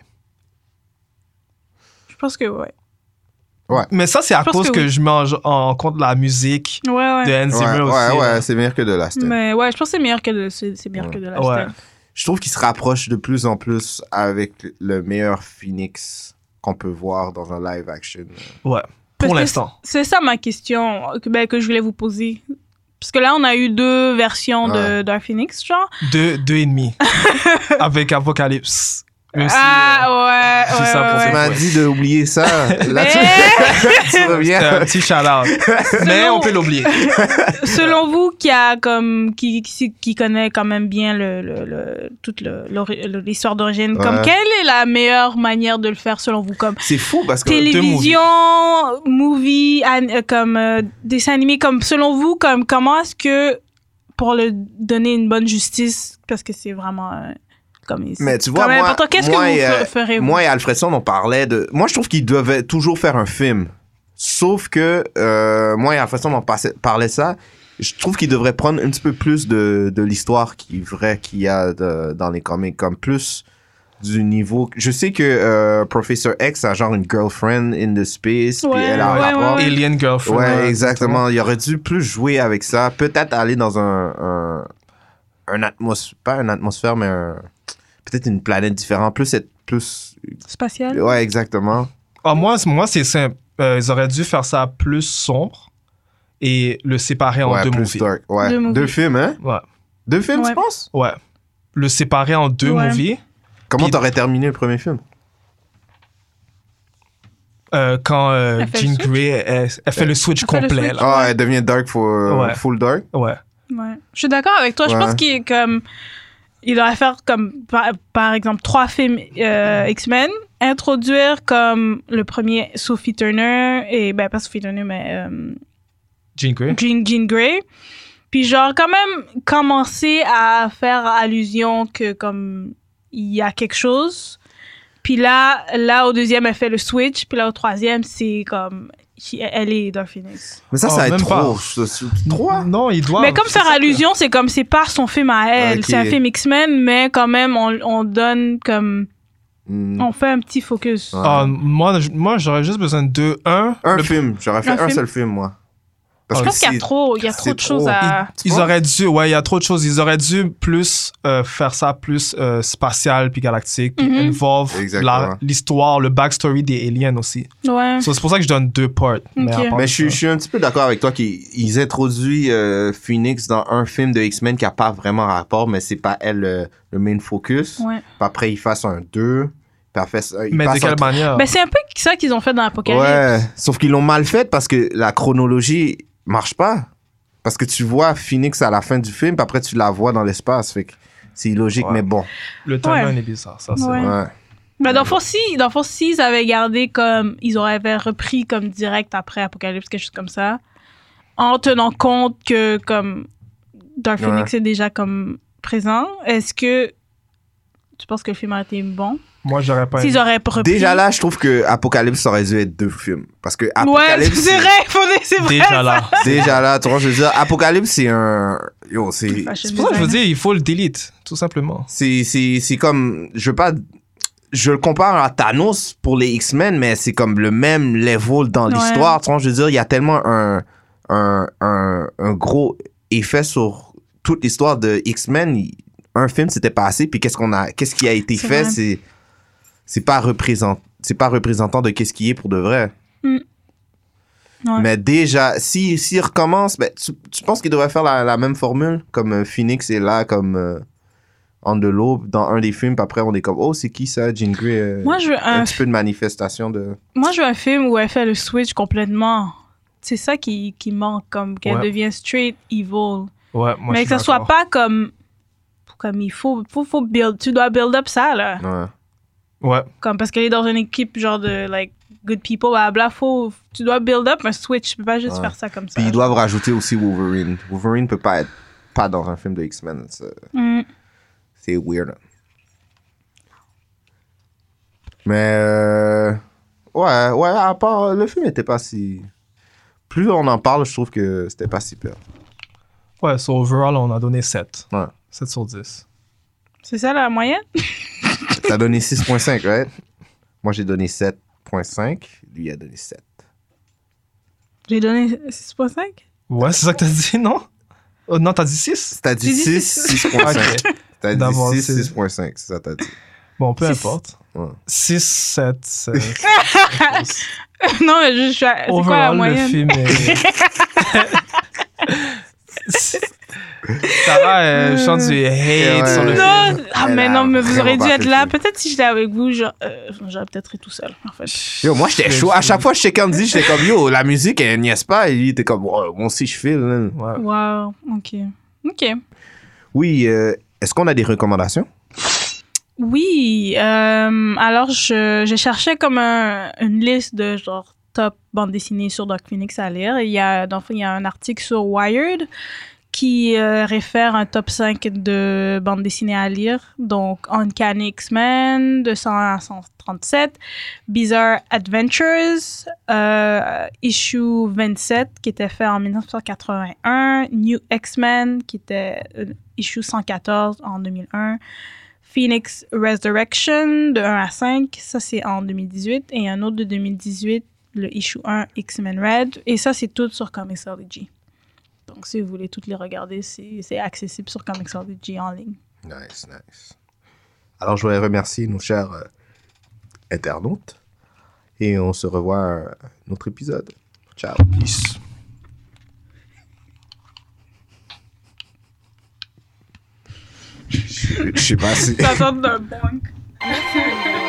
Je pense que ouais.
Mais ça, c'est à
Je pense
cause que,
que oui.
je mange en compte la musique
Ouais ouais.
de
Ouais,
Hans Zimmer
ouais,
aussi. hein. là.
ouais, c'est meilleur que de Last Stand.
Mais ouais, je pense que c'est meilleur que de, c'est c'est meilleur que The Last
Ouais.
Stand.
Je trouve qu'il se rapproche de plus en plus avec le meilleur Phoenix qu'on peut voir dans un live action.
Pour
Parce que
l'instant.
C'est ça ma question que, ben, que je voulais vous poser. Parce que là, on a eu deux versions de
Ouais.
d'Arc Phoenix, genre.
Deux, deux
[laughs]
et demi. Avec Apocalypse. Même si, euh,
ah, ouais,
c'est
ouais,
ça
ouais,
Tu
pour
ouais.
ça.
m'as
Ouais.
dit d'oublier ça. [laughs] Là, tu-
Mais
[laughs] tu reviens.
c'était un
[laughs]
petit shout-out. mais on peut l'oublier.
selon vous, qui, a, comme, qui, qui, qui connaît quand même bien le, le, le- toute le- l'ori- le- l'histoire d'origine,
Ouais.
comme, quelle est la meilleure manière de le faire selon vous comme
C'est fou parce que
Télévision, movie, an- euh, comme euh, dessin animé, comme selon vous, comme comment est-ce que pour le donner une bonne justice, parce que c'est vraiment euh, comme
Mais
c'est
tu vois,
quand même
moi-
important. qu'est-ce que vous
moi et,
fe-
euh,
ferez
moi et Alfredson, on parlait de. Moi, je trouve qu'il devait toujours faire un film. Sauf que euh, moi et Alfredson, on passait- parlait ça. Je trouve qu'il devrait prendre un petit peu plus de, de l'histoire qui est vraie qu'il y a de- dans les comics, comme plus du niveau. Je sais que euh, Professor X a genre une girlfriend in the space, puis
Ouais,
elle a un
ouais,
rapport.
ouais.
Alien Girlfriend.
Ouais, exactement. Il aurait dû plus jouer avec ça. Peut-être aller dans un, un, un atmosphère, pas une atmosphère, mais un- peut-être une planète différente. Plus être plus.
spatial
Ouais, exactement.
Ah, moi, c'est- moi c'est simple. Euh, ils auraient dû faire ça plus sombre et le séparer en
ouais,
deux
plus
movies.
dark. Ouais.
Deux movies.
films, hein?
Ouais.
Deux films,
Ouais.
tu penses?
ouais. Le séparer en deux
Ouais.
movies
Comment
Puis-
t'aurais terminé le premier film?
euh, quand euh,
Elle fait
Jean
le switch.
Grey elle, elle fait le switch
Elle fait le
complet.
switch.
Là.
Ah, elle devient dark, for, euh,
Ouais.
full dark.
Ouais.
Ouais. Je suis d'accord avec toi. Je
Ouais.
pense qu'il est comme il devrait faire comme par, par exemple trois films euh, X-Men, introduire comme le premier Sophie Turner et ben pas Sophie Turner mais euh,
Jean Grey.
Jean, Jean Grey. Puis genre quand même commencer à faire allusion que comme il y a quelque chose. Puis là, là au deuxième, elle fait le switch. Puis là au troisième, c'est comme she- elle est dans Phoenix.
Mais ça,
Oh,
ça va être
même pas.
trop. ça, c'est- Trois?
Non, il doit.
mais comme
Ah, c'est
faire
ça.
allusion, c'est comme c'est pas son film à elle,
Ok.
c'est un film X-Men, mais quand même on, on donne comme
Hmm.
on fait un petit focus.
Ouais.
Ah, moi, je- moi, j'aurais juste besoin de deux. Un,
Un
le-
film. J'aurais fait
Un
un
film.
seul film, moi.
Je
Parce
pense qu'il y
c'est-
a trop, il y a
c'est
trop de
trop.
choses à.
tu
Ils
vois?
auraient dû, ouais, il y a trop de choses. Ils auraient dû plus euh, faire ça plus euh, spatial puis galactique, puis
Mhm.
involve
Exactement.
la- l'histoire, le backstory des aliens aussi.
Ouais.
So, c'est pour ça que je donne deux parts. Mais,
Ok.
à part
Mais je, suis-
ça-
je suis un petit peu d'accord avec toi qu'ils ils introduisent euh, Phoenix dans un film de X-Men qui n'a pas vraiment rapport, mais c'est pas elle euh, le main focus.
Ouais.
Puis après, ils fassent un 2. Puis après, ça- ils
Mais de
passent un
quelle manière
Ben, c'est un peu ça qu'ils ont fait dans Apocalypse.
Ouais, sauf qu'ils l'ont mal fait parce que la chronologie marche pas. Parce que tu vois Phoenix à la fin du film, puis après tu la vois dans l'espace. Fait que c'est illogique,
Ouais.
mais bon.
Le timeline est bizarre, ça. c'est
Ouais.
vrai.
Ouais.
Mais Ben, dans le fond, si, dans le fond, si ils avaient gardé comme. Ils auraient avaient repris comme direct après Apocalypse, quelque chose comme ça. En tenant compte que, comme. Dark Phoenix est déjà comme présent, est-ce que. Tu penses que le film a été bon?
Moi, j'aurais pas.
S'ils
aimé.
auraient repris.
Déjà là, je trouve que Apocalypse aurait dû être deux films. Parce que
Ouais,
Apocalypse.
c'est vrai, [laughs] faut dire- c'est vrai.
Déjà là.
Déjà là, tu vois, je veux dire, Apocalypse, c'est un. Yo, c'est.
C'est pour ça que je veux dire, il faut le delete, tout simplement.
C'est, c'est, c'est comme. Je veux pas. Je le compare à Thanos pour les X-Men, mais c'est comme le même level dans
Ouais.
l'histoire. Tu vois, je veux dire, il y a tellement un, un, un, un gros effet sur toute l'histoire de X-Men. Il- Un film, c'était pas assez. Puis qu'est-ce, qu'on a, qu'est-ce qui a été
C'est
fait,
vrai.
c'est, c'est, pas représent, c'est pas représentant de qu'est-ce qui est pour de vrai.
Mm. Ouais.
Mais déjà, si, s'il recommence, ben, tu, tu penses qu'il devrait faire la, la même formule comme euh, Phoenix est là, comme. euh, en de l'aube dans un des films, puis après on est comme oh c'est qui ça, Jean Grey, euh,
Moi, je veux
un
un
petit peu de manifestation de.
Moi, je veux un film où elle fait le switch complètement. C'est ça qui, qui manque, comme qu'elle
Ouais.
devient straight evil.
Ouais, moi, je
Mais
suis
que ça soit
d'accord.
pas comme. Comme il faut, faut, faut build. Tu dois build up ça, là.
Ouais.
Ouais.
Comme parce qu'elle est dans une équipe genre de, like, good people, blabla. Faut, tu dois build up un switch. Tu peux pas juste
Ouais.
faire ça comme ça.
Puis ils doivent rajouter aussi Wolverine. Wolverine peut pas être pas dans un film de X-Men. c'est-
Mm.
C'est weird. Mais euh, ouais, ouais, à part le film était pas si. Plus on en parle, je trouve que c'était pas si pire.
Ouais, so overall, on a donné 7.
Ouais.
7 sur 10.
C'est ça, la moyenne?
T'as donné 6.5, right? Moi j'ai donné 7.5, lui il a donné 7.
J'ai donné 6,5?
Ouais, c'est ça que t'as dit, [laughs] non Oh, Non, t'as dit 6
T'as dit
J'ai dit
6,
six.
6.5. T'as dit
D'abord,
6,
c'est-
6.5, c'est ça t'as dit.
Bon, peu
Six.
importe.
Ouais.
6, 7,
[laughs]
7.
non, mais je, je suis à- c'est quoi la
Overall, le
moyenne?
film est. Sarah, euh, je sens du hate
Ouais.
sur le film.
Non, ah,
Elle
mais
a
non, mais vous
vraiment
aurez dû
pas
être là.
apprécié.
Peut-être si j'étais avec vous, genre, euh, j'aurais peut-être été tout seul, en fait.
Yo, moi, j'étais chaud. À chaque fois, je checkais Andy, j'étais comme, yo, la musique, elle niaise pas. Et lui, il était comme, oh, moi aussi, je file. hein.
Ouais.
Wow, ok. Ok.
Oui, euh, est-ce qu'on a des recommandations?
Oui, euh, alors je, je cherchais comme un- une liste de genre top bandes dessinées sur Dark Phoenix à lire. Il y a, dans le fond, il y a un article sur Wired qui euh, réfère un top 5 de bandes dessinées à lire. Donc Uncanny X-Men, de 100 à 137, Bizarre Adventures, euh, issue 27 qui était fait en 1981, New X-Men qui était euh, issue 114 en 2001. Phoenix Resurrection de 1 à 5, ça c'est en 2018, et un autre de 2018, le issue 1 X-Men Red, et ça c'est tout sur Comixology. Donc si vous voulez toutes les regarder, c'est c'est accessible sur Comixology en ligne.
Nice, nice. Alors, je voulais remercier nos chers euh, internautes. Et on se revoit à un autre épisode. Ciao. Peace. Je je sais pas si.
Ça sort d'un bunk.